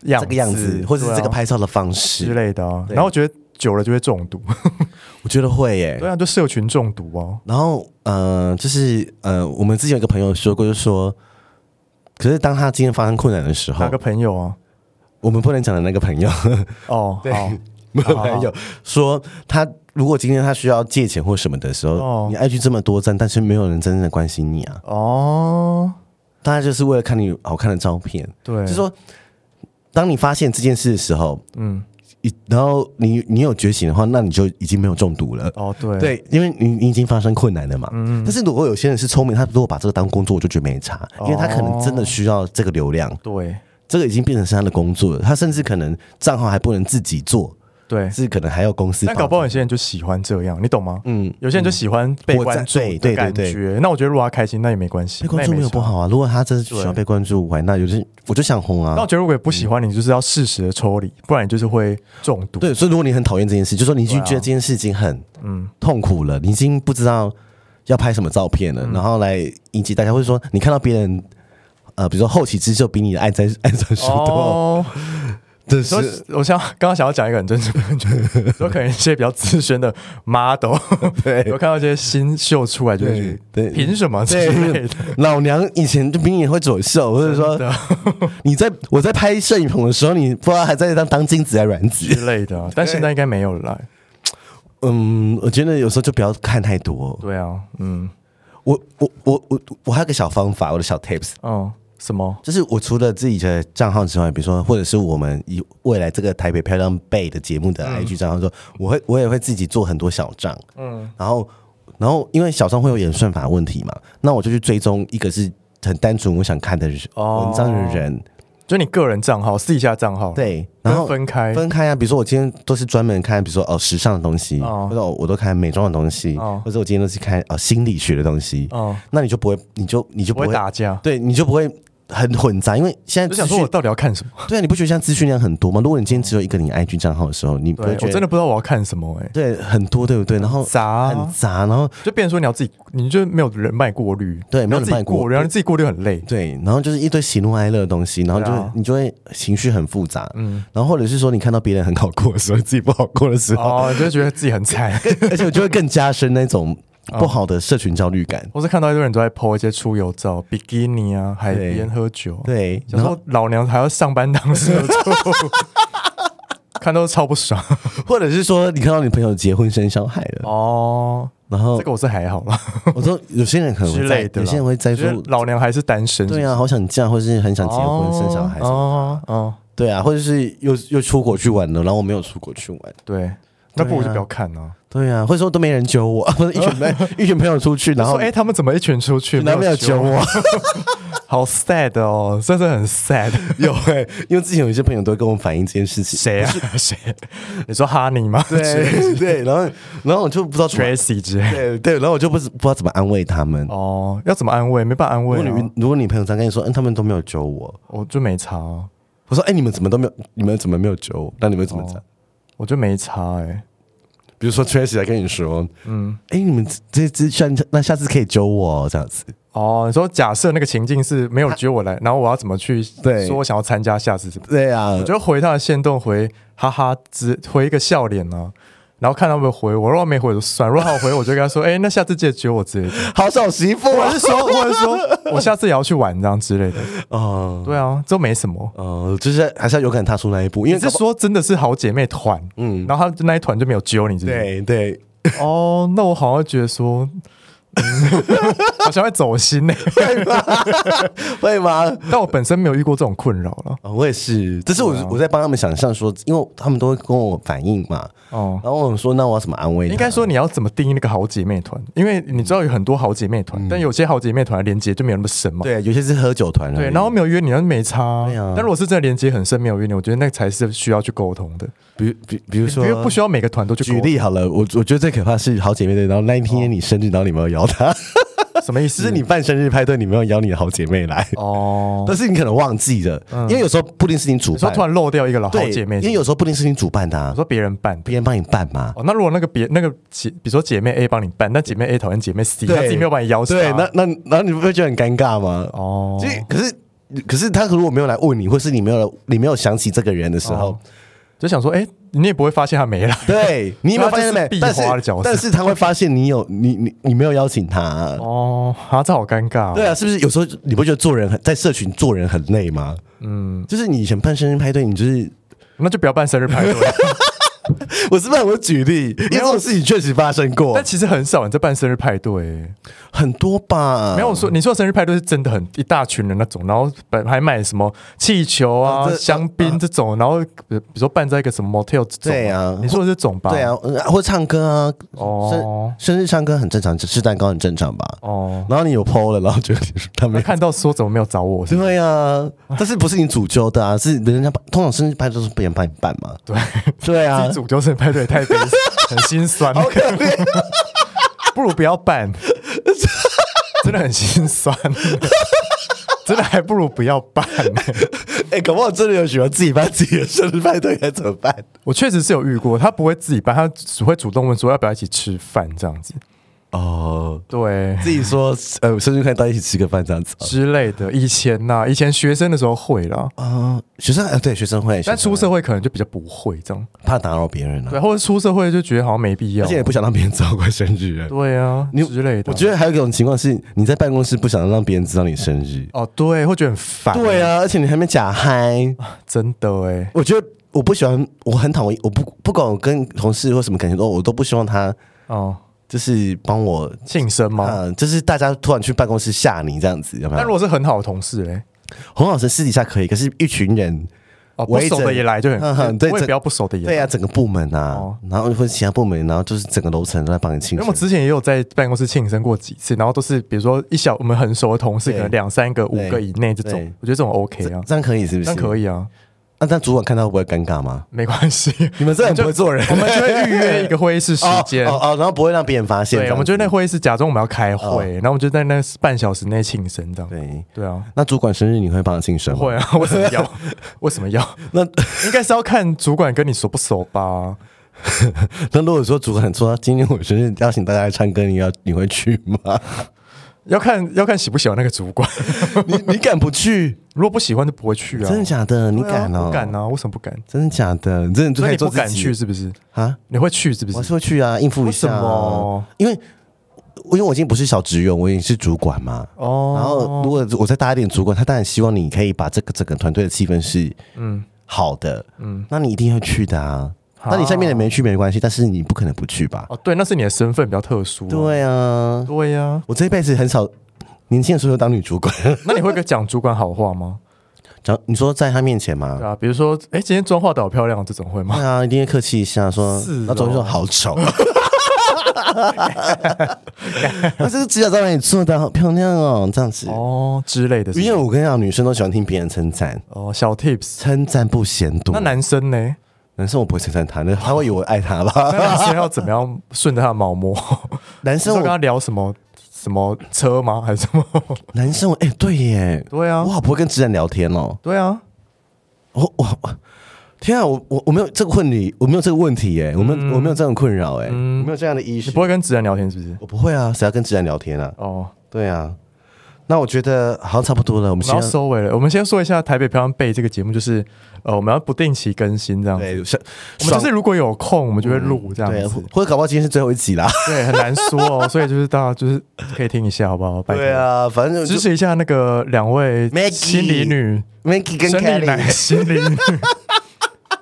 Speaker 1: 样
Speaker 2: 这个样子，或者是这
Speaker 1: 对
Speaker 2: 个
Speaker 1: 啊
Speaker 2: 拍照的方
Speaker 1: 之
Speaker 2: 式，
Speaker 1: 类的啊。
Speaker 2: 对
Speaker 1: 然后觉得久了就会中毒，
Speaker 2: 我觉得会耶、
Speaker 1: 对啊，就社群中毒哦、
Speaker 2: 然后，呃，就是呃，我们之前有一个朋友说过，就说，可是当他今天发生困难的时
Speaker 1: 哪
Speaker 2: 候
Speaker 1: 个，朋友啊？
Speaker 2: 我们不能讲的那个朋友，
Speaker 1: 哦，好，
Speaker 2: 没有朋友说他如果今天他需要借钱或什么的时候，
Speaker 1: 哦
Speaker 2: 你 IG 这么多赞，但是没有人真正的关心你啊，
Speaker 1: 哦，
Speaker 2: 大家就是为了看你好看的照片，
Speaker 1: 对，
Speaker 2: 就是说，当你发现这件事的时候，
Speaker 1: 嗯，
Speaker 2: 一然后你你有觉醒的话，那你就已经没有中毒了。
Speaker 1: 哦，对，，嗯
Speaker 2: 对，因为你你已经发生困难了嘛。但是如果有些人是聪明，他如果把这个当工作，我就觉得没差，
Speaker 1: 哦
Speaker 2: 因为他可能真的需要这个流量，
Speaker 1: 对，
Speaker 2: 这个已经变成是他的工作了。他甚至可能账号还不能自己做，
Speaker 1: 对。
Speaker 2: 是可能还要公司帮
Speaker 1: 但
Speaker 2: 忙。
Speaker 1: 搞不好有些人就喜欢这样，你懂吗？嗯
Speaker 2: 嗯，
Speaker 1: 有些人就喜欢被
Speaker 2: 我在
Speaker 1: 关注
Speaker 2: 对
Speaker 1: 的
Speaker 2: 对对
Speaker 1: 感
Speaker 2: 对
Speaker 1: 觉。那我觉得如果他开心，那也没关系，
Speaker 2: 被关
Speaker 1: 那
Speaker 2: 注
Speaker 1: 也
Speaker 2: 没有
Speaker 1: 差
Speaker 2: 不好啊。如果他真的喜
Speaker 1: 对
Speaker 2: 欢被关注，玩那有些我就想红
Speaker 1: 那我
Speaker 2: 啊。
Speaker 1: 觉得如果不喜欢你，就是要适时的抽离，不然你就是会中毒。
Speaker 2: 对，所以如果你很讨厌这件事，就说你已经
Speaker 1: 对啊
Speaker 2: 觉得这件事情很
Speaker 1: 嗯，
Speaker 2: 痛苦了，你已经不知道要拍什么照片
Speaker 1: 嗯
Speaker 2: 了，然后来引起大家，或者说你看到别人。呃，比如说后起之秀比你的爱赞 <laughs> 爱赞数
Speaker 1: <laughs>
Speaker 2: 多，
Speaker 1: 哦，
Speaker 2: 这
Speaker 1: 所
Speaker 2: 是
Speaker 1: 以我想刚刚想要讲一个很真实的感觉，
Speaker 2: <laughs>
Speaker 1: 有可能一些比较资深的 model，
Speaker 2: 对
Speaker 1: 有看到一些新秀出来就会觉得，
Speaker 2: 对对
Speaker 1: 凭什么之类
Speaker 2: 对 <laughs> 呃
Speaker 1: 的，，
Speaker 2: 老娘以前就比你会走秀，或者说
Speaker 1: 的
Speaker 2: 你在我在拍摄影棚的时候，你不知道还在当当精子还是卵子。
Speaker 1: 之类的，啊但现在应该没有了啦。
Speaker 2: 嗯，我觉得有时候就不要看太多。
Speaker 1: 对啊，嗯，
Speaker 2: 我我我我我还有个小方法，我的小 tips，
Speaker 1: 哦，什么？
Speaker 2: 就是我除了自己的账号之外，比如说或者是我们以未来这个台北漂亮贝的节目的
Speaker 1: 嗯
Speaker 2: IG 账号说，我会我也会自己做很多小账，嗯，然后然后因为小账会有演算法问题嘛，那我就去追踪一个是很单纯我想看的人
Speaker 1: 哦
Speaker 2: 文章的人，
Speaker 1: 就你个人账号、私底下账号，，
Speaker 2: 对，然
Speaker 1: 然
Speaker 2: 后
Speaker 1: 后分开，
Speaker 2: 分开啊，比如说我今天都是专门看，比如说哦时尚的东西，
Speaker 1: 哦
Speaker 2: 或者我都看美妆的东西，
Speaker 1: 哦
Speaker 2: 或者我今天都是看哦心理学的东西，
Speaker 1: 哦
Speaker 2: 那你就不会，你就你就
Speaker 1: 不
Speaker 2: 不
Speaker 1: 会
Speaker 2: 会，
Speaker 1: 打架。
Speaker 2: 对，你就不会很混杂，因为现
Speaker 1: 就
Speaker 2: 在
Speaker 1: 想
Speaker 2: 资
Speaker 1: 说，我
Speaker 2: 讯，
Speaker 1: 到底要看什么？
Speaker 2: 对啊，你不觉得现在资讯量很多吗？如果你今天只有一个你的 IG 账号的时候，你不
Speaker 1: 对
Speaker 2: 会觉
Speaker 1: 我
Speaker 2: 得
Speaker 1: 真的不知道我要看什么，哎，
Speaker 2: 对很多，对不对？然后
Speaker 1: 杂啊
Speaker 2: 很杂，然后
Speaker 1: 就变成说你要自己，你就没有人脉过滤，
Speaker 2: 对
Speaker 1: 你
Speaker 2: 没
Speaker 1: 要
Speaker 2: 有人
Speaker 1: 自己
Speaker 2: 脉过
Speaker 1: 过滤，然后自己过滤很累。
Speaker 2: 对，然后就是一堆喜怒哀乐的东西，然后就、
Speaker 1: 对啊
Speaker 2: 你就会情绪很复杂，嗯，然后或者是说你看到别人很好过的时候，自己不好过的时候，
Speaker 1: 哦，就会觉得自己很惨。
Speaker 2: 而且我就会更加深那种
Speaker 1: 哦
Speaker 2: 不好的社群焦虑感。
Speaker 1: 我是看到一堆人都在 po 一些出游照、比基尼啊、海边喝酒，，
Speaker 2: 对，
Speaker 1: 想
Speaker 2: 然后
Speaker 1: 说老娘还要上班当社畜， <laughs> 看都超不爽。
Speaker 2: 或者是说，你看到你朋友结婚生小孩了，
Speaker 1: 哦，
Speaker 2: 然后
Speaker 1: 这个我是还好啦，
Speaker 2: 我说有些人可能
Speaker 1: 之
Speaker 2: 会
Speaker 1: 类
Speaker 2: 在，
Speaker 1: 的啦。
Speaker 2: 有些人会在
Speaker 1: 觉
Speaker 2: 说
Speaker 1: 得，老娘还是单身，
Speaker 2: 哦对啊，好想嫁，或是很想
Speaker 1: 是
Speaker 2: 结
Speaker 1: 不是，
Speaker 2: 婚生小孩什么，
Speaker 1: 哦哦，
Speaker 2: 对啊，或者是又又出国去玩了，然后我没有出国去玩，
Speaker 1: 对，那不如
Speaker 2: 对啊
Speaker 1: 就不要看啊。
Speaker 2: 对啊，或者说都没人揪我， <laughs> 或者一群朋一群朋友出去，然
Speaker 1: 说
Speaker 2: 后
Speaker 1: 哎，他们怎么一群出去，
Speaker 2: 然后没有揪
Speaker 1: 酒，
Speaker 2: 我，
Speaker 1: <laughs> 好 sad 哦，真的很 sad。
Speaker 2: 有哎，因为之前有一些朋友都会跟我反映这件事情，
Speaker 1: 谁啊？谁？你说哈尼吗？
Speaker 2: <laughs> 对对，然后然后我就不知道怎么，
Speaker 1: ，Tracy 之类的。
Speaker 2: 对对，然后我就不知不知道怎么安慰他们，
Speaker 1: 哦，要怎么安慰？没办法安慰
Speaker 2: 如果
Speaker 1: 啊、
Speaker 2: 你如果你朋友这样跟你说，嗯，他们都没有揪我，
Speaker 1: 我就没查、啊，
Speaker 2: 我说，哎、你们怎么都没有，你们怎么没有揪我？那你们怎么讲？
Speaker 1: 我就没查哎、
Speaker 2: 比如说 Tracy 来跟你说，嗯，哎、你们这这下那下次可以揪我哦这样子，
Speaker 1: 哦，你说假设那个情境是没有揪我来，然后我要怎么去
Speaker 2: 对
Speaker 1: 说我想要参加下次怎么？
Speaker 2: 对啊
Speaker 1: 我，就回他的线动回哈哈只回一个笑脸呢、然后看他们回我，如果没回我就算，如果他有回我就跟他说，哎、那下次记得揪我之类的。
Speaker 2: 好小媳
Speaker 1: <laughs>
Speaker 2: 妇
Speaker 1: 或
Speaker 2: 啊
Speaker 1: 者，是说，或者是说，我下次也要去玩这样之类的。
Speaker 2: 嗯
Speaker 1: 对啊，这没什么。
Speaker 2: 呃，就是还是要勇敢踏出那一步，因为
Speaker 1: 你是
Speaker 2: 搞不
Speaker 1: 说真的是好姐妹团，嗯，然后他那一团就没有揪你，是不是？
Speaker 2: 对对，
Speaker 1: 哦，那我好像觉得说，嗯 <laughs> 好像会走心呢、
Speaker 2: 会吗？
Speaker 1: 但我本身没有遇过这种困扰了。
Speaker 2: <laughs> 哦我也是，这是我、我在帮他们想象说，因为他们都会跟我反映嘛，
Speaker 1: 哦，
Speaker 2: 然后我说那我要怎么安慰他？
Speaker 1: 应该说你要怎么定义那个好姐妹团？因为你知道有很多好姐妹团，但有些好姐妹团的连接就没有那么深嘛。
Speaker 2: 嗯对，有些是喝酒团而已，啊
Speaker 1: 对，然后没有约你，那没差啊。
Speaker 2: 对啊
Speaker 1: 但如果是真的连接很深，没有约你，我觉得那才是需要去沟通的，
Speaker 2: 比如比比如
Speaker 1: 因
Speaker 2: 说
Speaker 1: 为不需要每个团都去沟
Speaker 2: 啊举
Speaker 1: 通。
Speaker 2: 例好了，我我觉得最可怕是好姐妹的，然后那一天你生日，然后你没有邀 <laughs> 她，
Speaker 1: 什么意思？
Speaker 2: 就是你办生日派对，你没有邀你的好姐妹来，
Speaker 1: 哦，
Speaker 2: 但是你可能忘记了，因嗯为有时候不定是你主
Speaker 1: 你说
Speaker 2: 办，
Speaker 1: 突然漏掉一个老好
Speaker 2: 对，
Speaker 1: 姐妹，
Speaker 2: 因为有时候不定是你主办的、啊
Speaker 1: 我，说别人办的。
Speaker 2: 别人帮你办嘛。
Speaker 1: 哦，那如果那个别那个姐，比如说姐妹 A 帮你办，那姐妹 A 讨厌姐妹 C，
Speaker 2: 对
Speaker 1: 她自己没有把你邀请啊。
Speaker 2: 对，那那然后你不会觉得很尴尬吗？
Speaker 1: 哦
Speaker 2: 所以可是可是他如果没有来问你，或是你没有你没有想起这个人的时
Speaker 1: 哦
Speaker 2: 候，
Speaker 1: 就想说，哎、你也不会发现他没来。
Speaker 2: 对你
Speaker 1: <laughs>
Speaker 2: 有没有发现没
Speaker 1: 他就？是
Speaker 2: 但
Speaker 1: 壁花的角
Speaker 2: 是
Speaker 1: 色
Speaker 2: 但是他会发现你有你你你没有邀请他、
Speaker 1: 哦，啊，这好尴尬、哦。
Speaker 2: 对啊，是不是有时候你不觉得做人很在社群做人很累吗？嗯，就是你以前办生日派对，
Speaker 1: <laughs>
Speaker 2: 你就是
Speaker 1: 那就不要办生日派对。
Speaker 2: 我是不是我举例？ <laughs> 因为这种事情确实发生过
Speaker 1: 但其实很少人在办生日派对、欸
Speaker 2: 很多吧？
Speaker 1: 没有我说你说的生日派对是真的很一大群人那种，然后本还买什么气球啊、
Speaker 2: 哦这
Speaker 1: 香槟这种，然后比如说办在一个什么 motel 这种。
Speaker 2: 对啊
Speaker 1: 你说的这种吧？
Speaker 2: 对啊，，嗯或唱歌啊，
Speaker 1: 哦
Speaker 2: 生生日唱歌很正常，吃蛋糕很正常吧？
Speaker 1: 哦，
Speaker 2: 然后你有 PO 了，然后觉得你他没
Speaker 1: 啊看到说怎么没有找我？是不是
Speaker 2: 对啊，但是不是你主揪的啊？是人家帮通常生日派都是别人帮你办嘛？
Speaker 1: 对，
Speaker 2: 对
Speaker 1: 自
Speaker 2: 啊
Speaker 1: 己，组就生日派对太悲，很心
Speaker 2: <laughs>
Speaker 1: 酸，
Speaker 2: 好可怜。
Speaker 1: 不如不要
Speaker 2: <laughs>
Speaker 1: 办，真的很心酸。真的还不如不要办、欸
Speaker 2: 哎、搞不好真的有喜欢自己办自己的生日派对，该怎么办？
Speaker 1: 我确实是有遇过，他不会自己办，他只会主动问说要不要一起吃饭这样子，
Speaker 2: 哦，
Speaker 1: 对
Speaker 2: 自己说，呃，生日派大家一起吃个饭这样子啊、
Speaker 1: 之类的。以前呐、以前学生的时候会啦，
Speaker 2: 哦学生，呃，对，学生会，
Speaker 1: 但
Speaker 2: 学生
Speaker 1: 出
Speaker 2: 会
Speaker 1: 社会可能就比较不会这样，
Speaker 2: 怕打扰别人
Speaker 1: 对，
Speaker 2: 啊，
Speaker 1: 或者出社会就觉得好像没必要
Speaker 2: 嗯而且，也不想让别人知道过生日啊。
Speaker 1: 对啊，之类的。
Speaker 2: 我觉得还有一种情况是，你在办公室不想让别人知道你生日。
Speaker 1: 哦，对，会觉得很烦，
Speaker 2: 对，啊，而且你还没假嗨，
Speaker 1: 真的哎，
Speaker 2: 我觉得我不喜欢，我很讨厌，我不不管我跟同事或什么感情都，我都不希望他
Speaker 1: 哦，
Speaker 2: 就是帮我，
Speaker 1: 庆生
Speaker 2: 嗯、
Speaker 1: 吗？
Speaker 2: 就是大家突然去办公室吓你这样子，有没
Speaker 1: 但如果
Speaker 2: 有？
Speaker 1: 是很好的同事嘞，
Speaker 2: 洪老师私底下可以，可是一群人，
Speaker 1: 哦，不
Speaker 2: 围着
Speaker 1: 熟的也来就很，
Speaker 2: 嗯哼对
Speaker 1: 我也
Speaker 2: 这
Speaker 1: 不要不熟的也来
Speaker 2: 对。啊，整个部门啊，
Speaker 1: 哦
Speaker 2: 然后或者其他部门，然后就是整个楼层都在帮你
Speaker 1: 因
Speaker 2: 庆
Speaker 1: 为我
Speaker 2: 生。
Speaker 1: 之前也有在办公室庆生过几次，然后都是比如说一小我们很熟的同事，
Speaker 2: 对
Speaker 1: 可能两三个、五
Speaker 2: 对
Speaker 1: 个以内这
Speaker 2: 对
Speaker 1: 种，我觉得这种 OK 啊，
Speaker 2: 这样可以是不
Speaker 1: 这样
Speaker 2: 是？
Speaker 1: 可
Speaker 2: 以。
Speaker 1: 以啊，
Speaker 2: 那、但主管看到会不会尴尬吗？
Speaker 1: 没关
Speaker 2: <laughs>
Speaker 1: 系。 <laughs>
Speaker 2: 你们这很不会做人。
Speaker 1: 我们就会预约一个会议 <laughs> 室时间
Speaker 2: 哦，哦哦，然后不会让别人发现。
Speaker 1: 对，我们就
Speaker 2: 觉
Speaker 1: 在
Speaker 2: 得
Speaker 1: 那会议室假装我们要开会，然后我们就在那半小时内庆生这样。
Speaker 2: 哦对。
Speaker 1: 对啊，
Speaker 2: 那主管生日你会帮他庆生吗？
Speaker 1: 会啊， <laughs> 为什么要？为什么要？
Speaker 2: 那
Speaker 1: 应该是要看主管跟你熟不熟吧？
Speaker 2: 那如果说主管说今天我生日邀请大家来唱歌，你要你会去吗？ <laughs>
Speaker 1: 要看要看喜不喜欢那个主管， <laughs>
Speaker 2: 你你敢不去？
Speaker 1: 如果不喜欢就不会去啊。
Speaker 2: 真的假的？你
Speaker 1: 对啊
Speaker 2: 敢哦？
Speaker 1: 不敢啊？为什么不敢？
Speaker 2: 真的假的？你真的就
Speaker 1: 所以你
Speaker 2: 可以做
Speaker 1: 不
Speaker 2: 自己
Speaker 1: 敢去是不是？
Speaker 2: 啊？
Speaker 1: 你会去是不
Speaker 2: 我还
Speaker 1: 是？
Speaker 2: 是会去啊，应付一下、
Speaker 1: 为什
Speaker 2: 啊
Speaker 1: 么。
Speaker 2: 因为因为我已经不是小职员，我已经是主管嘛。
Speaker 1: 哦，
Speaker 2: 然后如果我再大一点主管，他当然希望你可以把这个整个团队的气氛是嗯好的，嗯，那你一定会去的啊。那你下面的没去没关系，但是你不可能不去吧？
Speaker 1: 哦，对，那是你的身份比较特殊、，
Speaker 2: 对啊，
Speaker 1: 对呀、
Speaker 2: 我这一辈子很少，年轻的时候就当女主管。
Speaker 1: 那你会跟讲主管好话
Speaker 2: <laughs>
Speaker 1: 吗？
Speaker 2: 讲你说在他面前
Speaker 1: 对
Speaker 2: 吗？
Speaker 1: 啊，比如说，哎、今天妆化的好漂亮，这种会吗？
Speaker 2: 对啊，一定会客气一下，说
Speaker 1: 是哦
Speaker 2: 那总是说
Speaker 1: <laughs>
Speaker 2: 好丑。那这个指甲在哪里做的？好漂亮哦，这样子。
Speaker 1: 哦，之类的是不
Speaker 2: 因
Speaker 1: 是
Speaker 2: 为我跟你讲，女生都喜欢听别人称赞，
Speaker 1: 哦，小 tips。
Speaker 2: 称赞不嫌多。
Speaker 1: 那男生呢？
Speaker 2: 男生我不会称赞他，那他会以为我爱他吧
Speaker 1: <laughs> 那？男生要怎么样顺着他的毛
Speaker 2: <laughs>
Speaker 1: 摸？
Speaker 2: 男
Speaker 1: 你是要
Speaker 2: 生
Speaker 1: 跟他
Speaker 2: 我，
Speaker 1: 聊什么什么车吗？ <laughs> 还是什么？
Speaker 2: 男生我，哎、对耶，
Speaker 1: 对啊
Speaker 2: 我，好不会跟直男聊天哦。
Speaker 1: 对啊，
Speaker 2: 我我我，天啊，我我我没有这个问题，我没有这个问题耶，我没有、
Speaker 1: 嗯
Speaker 2: 我没有这种困扰哎，我没有这样的意识
Speaker 1: 你不。会跟直男聊天是不是？
Speaker 2: 我不会啊，谁要跟直男聊天啊？
Speaker 1: 哦，
Speaker 2: 对啊，那我觉得好像差不多了，
Speaker 1: 我
Speaker 2: 我们
Speaker 1: 们
Speaker 2: 先
Speaker 1: 要收尾了，我们先说一下《台北漂亮贝》这个节目，就是呃，我们要不定期更新这样子。
Speaker 2: 对，是
Speaker 1: 我们就是如果有空，我们就会录这样
Speaker 2: 对，
Speaker 1: 子
Speaker 2: 或。或者搞不好今天是最后一集啦。
Speaker 1: <laughs> 对，很难说
Speaker 2: <laughs>
Speaker 1: 哦，所以就是大家就是可以听一下，好不好？拜托
Speaker 2: 对，啊，反正就
Speaker 1: 支持一下那个两位
Speaker 2: Maggie
Speaker 1: 心理女、
Speaker 2: Maggie 跟
Speaker 1: 生理男、
Speaker 2: Kelly，
Speaker 1: 心理
Speaker 2: <laughs>
Speaker 1: 女。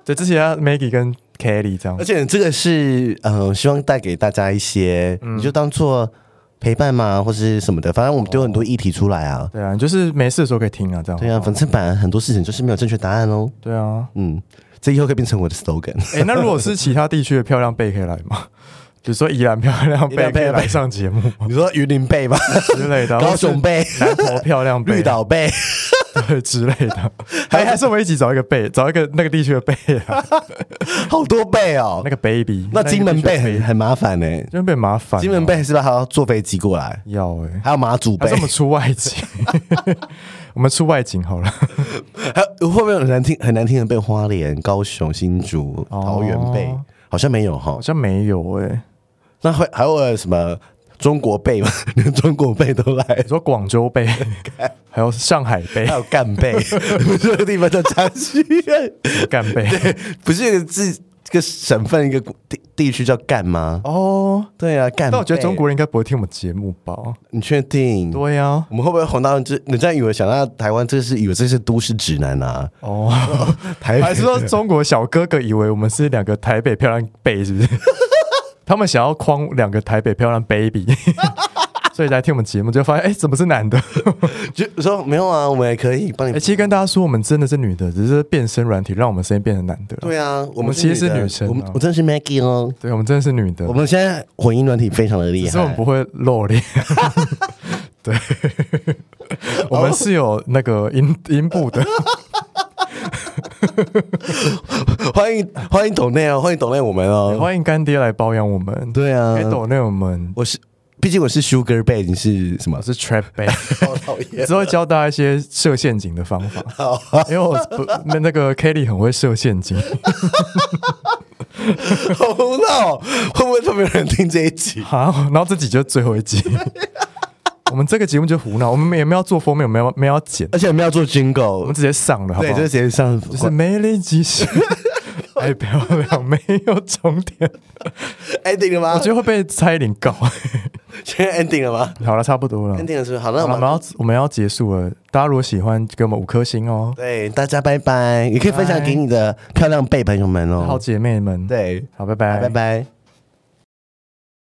Speaker 1: 对，支持一下 Maggie 跟 Kelly 这样
Speaker 2: 而。且这个是呃，希望带给大家一些，
Speaker 1: 嗯
Speaker 2: 你就当做陪伴嘛，或是什么的。反正我们丢很多议题出来啊。
Speaker 1: 对啊，你就是没事的时候可以听啊，这样。
Speaker 2: 对啊，反正本来很多事情就是没有正确答案哦。
Speaker 1: 对
Speaker 2: <laughs>
Speaker 1: 啊。
Speaker 2: 嗯，这以后可以变成我的 slogan。
Speaker 1: 哎，那如果是其他地区的漂亮贝可以来吗？ <laughs> 比如说宜兰漂亮
Speaker 2: 宜
Speaker 1: 贝
Speaker 2: 兰漂
Speaker 1: 可以
Speaker 2: 亮贝
Speaker 1: 来上节目吗
Speaker 2: 你说云林
Speaker 1: <laughs>
Speaker 2: 贝吧，
Speaker 1: 之类的啊，
Speaker 2: <laughs> 高雄贝、
Speaker 1: 哦或是啊南投漂亮贝、
Speaker 2: <laughs> 绿岛贝，
Speaker 1: <laughs> 对之类的，
Speaker 2: <laughs> 还
Speaker 1: 还还是我们一起找一个贝，找一个那个地区的贝
Speaker 2: <laughs>
Speaker 1: 啊，
Speaker 2: 好多贝哦
Speaker 1: 那。个 baby，
Speaker 2: 那金门贝
Speaker 1: 那个地区
Speaker 2: 很
Speaker 1: 的
Speaker 2: 很麻烦呢。
Speaker 1: 金门贝麻烦哦，
Speaker 2: 金门贝是不是还要坐飞机过来？
Speaker 1: 要哎，
Speaker 2: 还有马祖
Speaker 1: 还
Speaker 2: 贝
Speaker 1: 是我，们出外景，我们出外景好了，
Speaker 2: <laughs> 还有会不会有很难听很难听的贝？花莲、高雄、新竹、
Speaker 1: 哦
Speaker 2: 桃园贝，好像没有哈
Speaker 1: 好。像没有哎，
Speaker 2: 那会还有什么中国贝吗？ <laughs> 连中国贝都来，
Speaker 1: 你说广州
Speaker 2: <laughs>
Speaker 1: 贝，还有上海贝
Speaker 2: 还、有 <laughs> 干
Speaker 1: <laughs>
Speaker 2: 贝，你们这个地方叫江西，
Speaker 1: 干贝
Speaker 2: <laughs> 不是有个自这个省份一个地地区叫干吗？
Speaker 1: 哦。
Speaker 2: 对啊，干贝。
Speaker 1: 但我觉得中国人应该不会听我们节目吧？
Speaker 2: 你确定？
Speaker 1: 对呀、
Speaker 2: 我们会不会红到人这？人家以为想到台湾，这是以为这是都市指南啊？ <laughs>
Speaker 1: 哦，
Speaker 2: 台
Speaker 1: 还是说中国小哥哥以为我们是两个台北漂亮贝，是不
Speaker 2: <laughs>
Speaker 1: 是？他们想要框两个台北漂亮
Speaker 2: <laughs>
Speaker 1: baby，所以来听我们节目就发现，哎、怎么是男的？
Speaker 2: 就说没有啊，我们也可以帮
Speaker 1: 哎、
Speaker 2: 你。
Speaker 1: 其实跟大家说，我们真的是女的，只是变身软体让我们声音变成男的。
Speaker 2: 对啊，我们
Speaker 1: 其实是
Speaker 2: 的
Speaker 1: 女生啊
Speaker 2: 我们我真的是 Maggie 哦。
Speaker 1: 对，我们真的是女的
Speaker 2: 我，们现在混音软体非常的厉
Speaker 1: 只是我们
Speaker 2: 害
Speaker 1: 不，会露脸。对，我们是有那个阴阴部
Speaker 2: <laughs>
Speaker 1: 的。
Speaker 2: <laughs> 欢迎欢迎董内哦，欢迎董内我们哦，
Speaker 1: 欢迎干爹来包养我们，
Speaker 2: 对啊
Speaker 1: 可以抖内我们。
Speaker 2: 我是，毕竟我是 Sugar Bay，你是什么 <laughs>
Speaker 1: 我？是 Trap b a y
Speaker 2: 好讨厌
Speaker 1: 只会教大家一些设陷阱的方法。因为我不那那个 Kelly 很会设陷阱，
Speaker 2: 好闹，会不会都没有人听这一集？
Speaker 1: 好，然后这集就是最后一集。我们这个节目就胡闹，我们也没有做封面，我们要没有要剪，
Speaker 2: <laughs> 而且我们要做
Speaker 1: 我们
Speaker 2: Jingle，
Speaker 1: 直接上了，好不
Speaker 2: 对，
Speaker 1: 好？
Speaker 2: 就直接上，
Speaker 1: 就是美丽极限，爱漂亮，没有终点。
Speaker 2: ending 了吗？
Speaker 1: 我觉得会被蔡依林告。 <laughs>
Speaker 2: 现在 ending 了吗
Speaker 1: 好了，差不多了。
Speaker 2: ？ending 了是不是？好，那
Speaker 1: 好了，我
Speaker 2: 我们
Speaker 1: 们要我们要结束了。大家如果喜欢，给我们五颗星哦，
Speaker 2: 对大家拜拜，也可以分享
Speaker 1: 拜
Speaker 2: 给你的漂亮贝朋友们
Speaker 1: 好
Speaker 2: 哦。
Speaker 1: 姐妹们。，
Speaker 2: 对，
Speaker 1: 好，拜拜，
Speaker 2: 拜。拜。